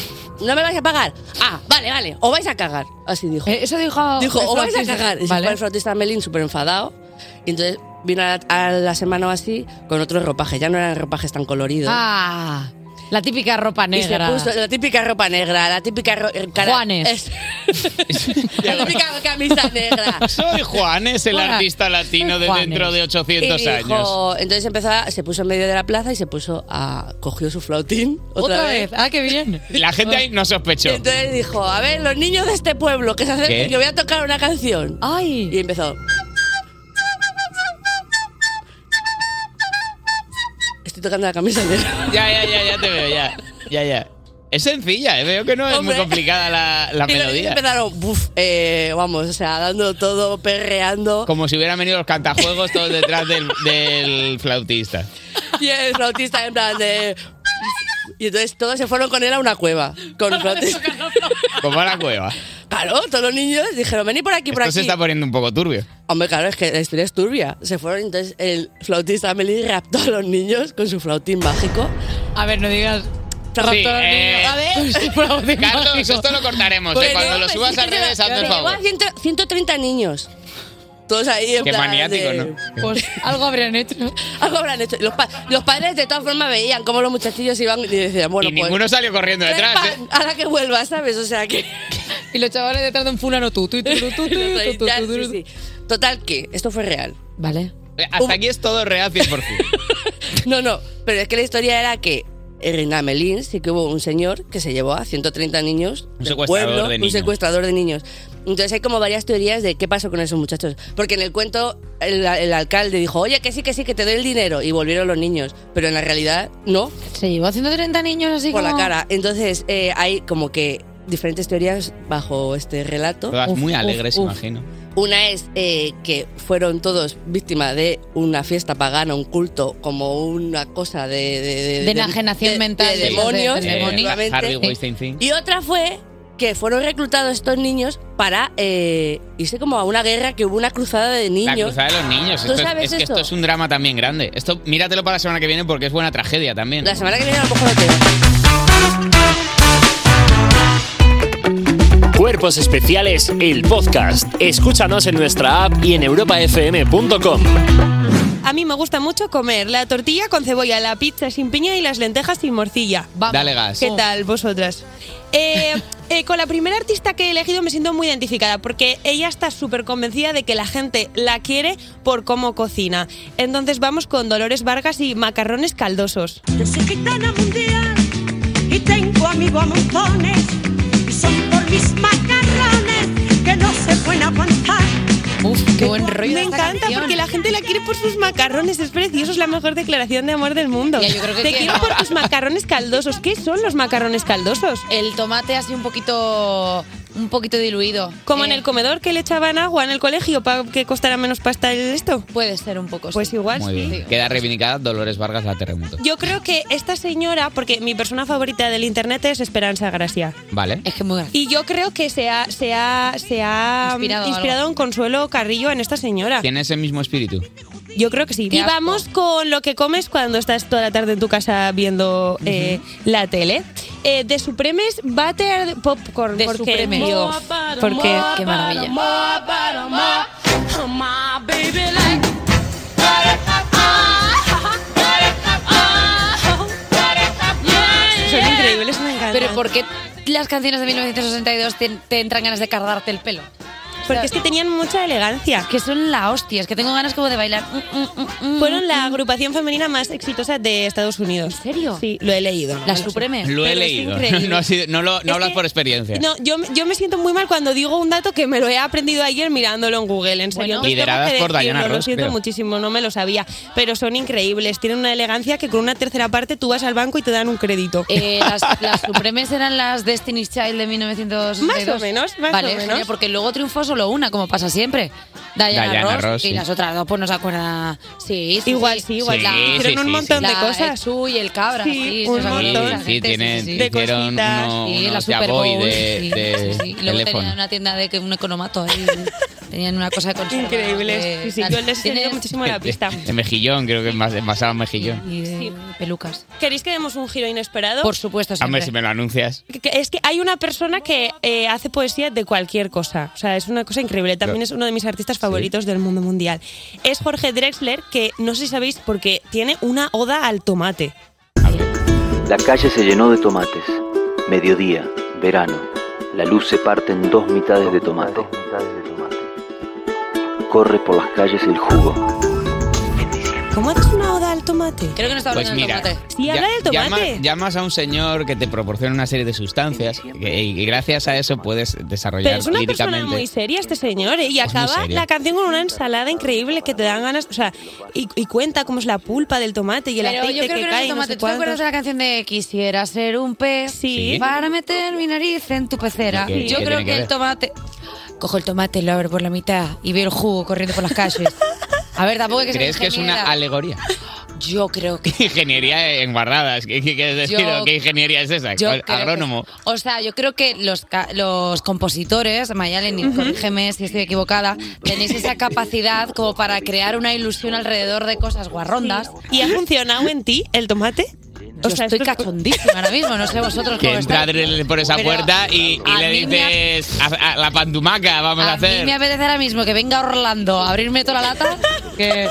R: no me vais a pagar. Ah, vale, vale, o vais a cagar. Así dijo.
B: Eh, Oh, Eso dijo.
R: Dijo,
B: el
R: o vais a
B: flautista".
R: cagar. Y se
B: Vale.
R: fue el flautista Melin súper enfadado. Y entonces vino a la, a la semana o así con otro ropaje. Ya no eran ropajes tan coloridos.
B: Ah, la típica ropa
R: Y se
B: negra.
R: puso la típica ropa negra, la típica... ro- cara-
B: Juanes.
R: la típica camisa negra.
D: Soy Juan, es el
R: Hola,
D: artista latino de
R: Juanes.
D: dentro de 800
R: Y dijo-
D: años.
R: Entonces empezó a- se puso en medio de la plaza y se puso a. cogió su flautín. Otra,
D: ¿Otra
R: vez.
B: Ah, qué bien.
D: La gente ahí no sospechó.
R: Y entonces dijo: A ver, los niños de este pueblo que se
D: ¿Qué?
R: hacen. que voy a tocar una canción.
B: Ay.
R: Y empezó. Estoy tocando la camisa negra.
D: Ya, ya, ya, ya te veo, ya. Ya, ya. Es sencilla, eh, veo que no es muy
R: Hombre.
D: complicada la, la
R: y los niños
D: melodía.
R: empezaron, buf, eh, vamos, o sea, dando todo, perreando.
D: Como si hubieran venido los cantajuegos todos detrás del, del flautista.
R: Y el flautista en plan de. Y entonces todos se fueron con él a una cueva. Con el flautista.
D: Como a Pues la cueva.
R: Claro, todos los niños dijeron, vení por aquí, por
D: Esto se
R: aquí.
D: está poniendo un poco turbio.
R: Hombre, claro, es que la historia es turbia. Se fueron, entonces el flautista Meli raptó a los niños con su flautín mágico.
B: A ver, no digas.
R: Raptó
D: Sí,
R: a los
D: eh,
R: niños.
B: A ver.
D: Carlos, esto lo cortaremos.
R: pues
D: eh, cuando lo subas a redes, hazme el favor.
R: 130 niños. Todos ahí en
D: Qué
R: plan
D: maniático,
R: de-
D: ¿no?
B: Pues algo habrían hecho.
R: Algo habrán hecho. Los, pa- los padres de todas formas veían cómo los muchachillos iban y decían, bueno,
D: y
R: pues...
D: ninguno salió corriendo
R: "Ven
D: detrás.
R: pa-
D: ¿eh?
R: Ahora que vuelvas, ¿sabes? O sea que...
B: Y los chavales detrás de un fulano tú, tú, tú, tú, tú, tú, tú, tú, tú.
R: Total que, esto fue real.
B: Vale.
D: Eh, Hasta aquí es todo real 100%.
R: No, no, pero es que la historia era que en Amelín sí que hubo un señor que se llevó a 130 niños.
D: Un
R: del
D: secuestrador
R: pueblo,
D: de
R: Un
D: niños.
R: secuestrador de niños. Entonces hay como varias teorías de qué pasó con esos muchachos. Porque en el cuento el, el alcalde dijo, oye, que sí, que sí, que te doy el dinero. Y volvieron los niños. Pero en la realidad, no.
B: Se llevó 130 niños así
R: Por la
B: como-
R: cara. Entonces eh, hay como que diferentes teorías bajo este relato.
D: Todas
R: Uf,
D: muy
R: uf,
D: alegres,
R: uf.
D: imagino.
R: Una es eh, que fueron todos víctimas de una fiesta pagana, un culto, como una cosa de... De, de-
B: De enajenación
R: de-
B: mental.
R: de demonios,
B: de- de demonio.
R: efectivamente.
D: Harvey Weinstein Thing.
R: Y otra fue que fueron reclutados estos niños para eh, irse como a una guerra que hubo una cruzada de niños.
D: La cruzada de los niños.
R: ¿Tú
D: Esto es,
R: sabes
D: es que
R: eso?
D: esto es un drama también grande. Esto, míratelo para la semana que viene porque es buena tragedia también.
R: La semana que viene a lo mejor lo tengo.
A: Cuerpos Especiales, el podcast. Escúchanos en nuestra app y en europafm.com.
S: A mí me gusta mucho comer la tortilla con cebolla, la pizza sin piña y las lentejas sin morcilla.
D: Dale gas.
S: ¿Qué tal vosotras? Eh, eh, con la primera artista que he elegido me siento muy identificada porque ella está súper convencida de que la gente la quiere por cómo cocina. Entonces vamos con Dolores Vargas y macarrones caldosos.
C: Yo soy gitana mundial y tengo amigos a montones. Y son por mis macarrones que no se pueden aguantar.
B: Uf, qué buen rollo.
S: Me encanta porque la gente la quiere por sus macarrones, es precioso, es la mejor declaración de amor del mundo.
B: yo creo que
S: Te
B: que
S: quiero
B: no.
S: por tus macarrones caldosos. ¿Qué son los macarrones caldosos?
B: El tomate así un poquito un poquito diluido.
S: Como en el comedor que le echaban agua en el colegio para que costara menos pasta el esto.
B: Puede ser un poco.
S: Pues igual
D: Muy
S: sí.
D: bien. Queda reivindicada Dolores Vargas la terremoto.
S: Yo creo que esta señora, porque mi persona favorita del internet es Esperanza Gracia.
D: Vale.
B: Es que muy
S: Y yo creo que se ha, se ha, se ha
B: Inspirado
S: Mm, inspirado,
B: algo.
S: en Consuelo Carrillo en esta señora.
D: Tiene ese mismo espíritu.
S: Yo creo que sí. Y vamos con lo que comes cuando estás toda la tarde en tu casa viendo eh, la tele. Eh, de Supremes Butter Popcorn. De porque,
B: Supremes.
S: Dios, porque
B: Qué maravilla.
S: Son increíbles, me encantan.
B: Pero ¿por qué las canciones de 1962 te, te entran ganas de cargarte el pelo?
S: Porque es que tenían mucha elegancia.
B: que son la hostia, es que tengo ganas como de bailar. Mm,
S: Fueron la agrupación femenina más exitosa de Estados Unidos. ¿En serio? Sí, lo he leído.
B: Las Supremes.
D: Lo he
S: Pero es
D: leído.
S: increíble.
D: No, ha sido- no lo- no
S: Es
D: hablas
S: que-
D: por experiencia.
S: No, yo, yo me siento muy mal cuando digo un dato que me lo he aprendido ayer mirándolo en Google, en serio.
D: Bueno.
S: Tengo que
D: Lideradas por
S: decirlo,
D: Diana
S: Lo
D: Ross,
S: siento
D: creo.
S: muchísimo, no me lo sabía. Pero son increíbles, tienen una elegancia que con una tercera parte tú vas al banco y te dan un crédito.
B: Eh, las, las Supremes eran las Destiny's Child de 1962.
S: Ah. Más o menos, más
B: vale,
S: o menos.
B: genial, porque luego triunfó solo solo una, como pasa siempre. Diana,
D: Diana
B: Ross,
D: Ross,
B: y
D: sí.
B: las otras dos pues no se acuerda. Sí, sí,
S: Igual sí, igual Sí, sí. sí, Hicieron un sí, montón sí. de
B: La
S: cosas.
B: Exu y el cabra,
S: Sí,
B: sí, sí,
S: un
B: se acuerda
S: montón.
B: mucha
S: Sí,
B: gente,
D: tienen,
B: sí, sí.
D: hicieron uno-
B: Sí, la
D: unos
B: Super
D: yaboy
B: Bowl,
D: de, de
B: sí, Y luego tenían
D: teléfono.
B: una tienda de que un economato ahí. tenían una cosa de conserva.
S: Increíbles.
B: de
S: Sí, sí,
B: tal.
S: yo les he seguido
B: Tienen-
S: muchísimo la pista.
D: De mejillón, creo que es más envasado en mejillón.
B: Y de pelucas.
S: ¿Queréis que demos un giro inesperado?
B: Por supuesto,
D: Hombre, si me lo anuncias.
S: Que- que- Es que hay una persona que eh, hace poesía de cualquier cosa. O sea, es una cosa increíble. También
D: Lo-
S: es uno de mis artistas favoritos del mundo mundial. Es Jorge Drexler, que no sé si sabéis, porque tiene una oda al tomate.
T: La calle se llenó de tomates. Mediodía, verano. La luz se parte en dos mitades de tomate. Corre por las calles el jugo.
S: ¿Cómo haces una oda al tomate?
B: Creo que no está
D: Pues
B: hablando
D: mira,
B: del tomate.
S: Sí, habla del tomate.
D: llama- llamas a un señor que te proporciona una serie de sustancias y, y gracias a eso puedes desarrollar
S: Pero es una persona
D: líricamente.
S: muy seria este señor ¿eh? y
D: Es muy
S: acaba
D: serio.
S: la canción con una ensalada increíble que te dan ganas, o sea, y, y cuenta cómo es la pulpa del tomate y el
B: Pero
S: aceite
B: yo creo que,
S: que
B: no es
S: cae.
B: el
S: y no
B: tomate.
S: sé
B: ¿Tú te acuerdas de
S: cuántos.
B: la canción de Quisiera ser un pez
S: Sí.
B: para meter mi nariz en tu pecera?
S: ¿Y qué-
B: yo
S: qué
B: creo
S: tiene
B: que,
S: que
B: el
S: ver?
B: tomate... Cojo el tomate, lo abro por la mitad y veo el jugo corriendo por las calles. A ver, tampoco hay que ser
D: ¿Crees que es una
B: ingeniera.
D: alegoría?
B: Yo creo que...
D: ingeniería en guardadas. ¿Qué, qué quieres decir?
B: Yo-
D: ¿O ¿Qué ingeniería es esa?
B: yo
D: ¿Cuál-
B: creo que-
D: Agrónomo.
B: O sea, yo creo que los, ca- los compositores, Mayalen, y corrígeme si estoy equivocada, tenéis esa capacidad como para crear una ilusión alrededor de cosas guarrondas.
S: ¿Y ha funcionado en ti el tomate?
B: Yo estoy cachondísima ahora mismo, no sé vosotros
D: Que
B: cómo
D: entra
B: estáis.
D: Adriel por esa
B: Pero
D: puerta y, y
B: a
D: le
B: mí me
D: dices a, a la pantumaca, vamos a,
B: A mí
D: hacer.
B: me apetece ahora mismo que venga Orlando a abrirme toda la lata. Que,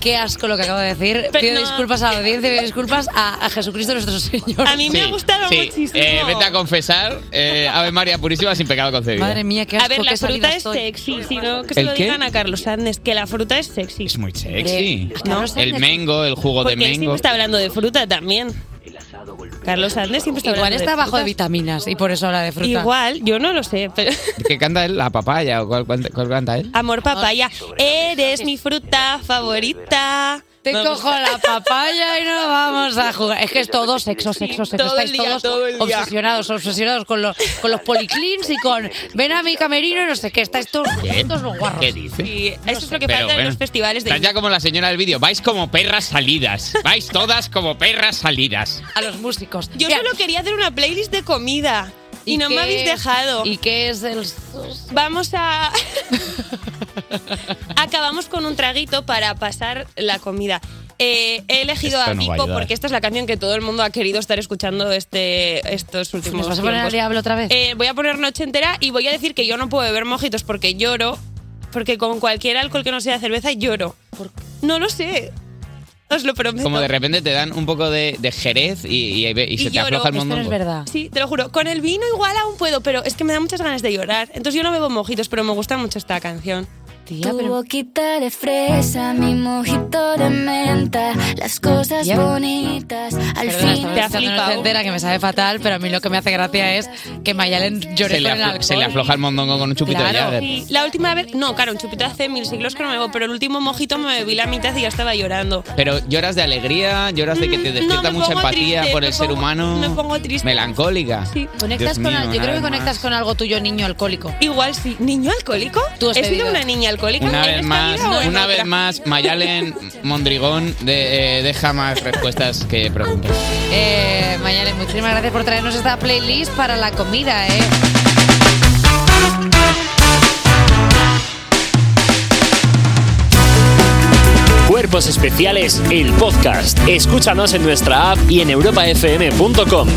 B: qué asco lo que acabo de decir. Pido disculpas a la audiencia, pido disculpas a, a Jesucristo nuestro Señor.
S: A mí
D: Sí, sí. Eh, vete a confesar, eh, Ave María Purísima sin pecado concebido.
B: Madre mía, qué
S: A
B: asco
S: ver, la
B: qué
S: fruta
B: salida
S: es
B: estoy.
S: sexy, sino que se
D: ¿El
S: lo
D: qué?
S: digan a Carlos Andes, que la fruta es sexy. Es
D: muy Sexy. El mengo, el jugo
S: Porque
D: de
S: él siempre
D: mengo.
S: está hablando de fruta también. Carlos Andes siempre está
B: Igual
S: hablando
B: está
S: de
B: bajo de
S: frutas.
B: vitaminas y por eso habla de fruta.
S: Igual, yo no lo sé, pero...
D: ¿Qué canta él? ¿La papaya? ¿O cuál, cuál- cuál canta
B: Ah,
D: él?
S: Amor papaya, eres mi fruta favorita.
B: Te cojo la papaya y nos vamos a jugar. Es que es todo sexo, sexo, sexo.
S: todo el
B: Estáis
S: día,
B: todos
S: todo el día.
B: obsesionados, obsesionados con los, con los policlins y con ven a mi camerino y no sé qué. Estáis todos juntos los guarros.
D: ¿Qué dice?
S: Y eso es lo que
D: Pero
S: pasa en
D: bueno,
S: los festivales de
D: Estás ya como la señora del vídeo. Vais como perras salidas. Vais todas como perras salidas.
B: a los músicos.
S: Yo solo quería hacer una playlist de comida y,
B: ¿Y
S: no me
B: qué
S: habéis
B: es-
S: dejado.
B: ¿Y qué es el...?
S: Vamos a... Acabamos con un traguito para pasar la comida. Eh, he elegido
B: Esto
S: a
B: no va a
S: Vico
B: ayudar.
S: porque esta es la canción que todo el mundo ha querido estar escuchando este, estos últimos
B: ¿Nos vas a poner
S: tiempos.
B: al diablo otra vez?
S: Eh, voy a poner noche entera y voy a decir que yo no puedo beber mojitos porque lloro. Porque con cualquier alcohol que no sea cerveza lloro. No lo sé. Os lo prometo.
D: Como de repente te dan un poco de, de jerez y, y- y se te
S: lloro.
D: afloja el mondongo.
S: Sí, te lo juro. Con el vino igual aún puedo, pero es que me da muchas ganas de llorar. Entonces yo no bebo mojitos, pero me gusta mucho esta canción.
U: Tu boquita de fresa, mi mojito de menta, las cosas
B: Ya.
U: bonitas, al fin
B: te entera que me sabe fatal, pero a mí lo que me hace gracia es que Mayalen llore
D: Se le,
B: con el
D: aflo-
B: alcohol.
D: se le afloja el mondongo con un chupito de
B: Claro.
D: Jagger.
S: Sí, La última vez, no, claro, un chupito hace mil siglos que no me bebo, pero el último mojito me bebí la mitad y ya estaba llorando.
D: Pero lloras de alegría, lloras de que te despierta
S: Mm, me
D: mucha
S: pongo
D: empatía
S: triste,
D: por el
S: me
D: ser
S: pongo-
D: humano.
S: me pongo triste.
D: Melancólica.
B: Conectas
D: Dios
B: con
D: mío,
B: al-
D: una
B: yo creo que
D: vez
B: conectas con algo tuyo, niño alcohólico.
S: Igual sí. ¿Niño alcohólico?
B: ¿Tú has
S: ¿He sido
B: bebido?
S: una niña alcohólica?
D: Una
S: en
D: vez
S: esta
D: más,
S: vida o en
D: una
S: otra?
D: vez más, Mayalen Mondrigón de- eh, deja más respuestas que preguntas.
B: Eh, Mayalen, muchísimas gracias por traernos esta playlist para la comida, ¿eh?
A: Cuerpos Especiales, el podcast. Escúchanos en nuestra app y en europafm.com.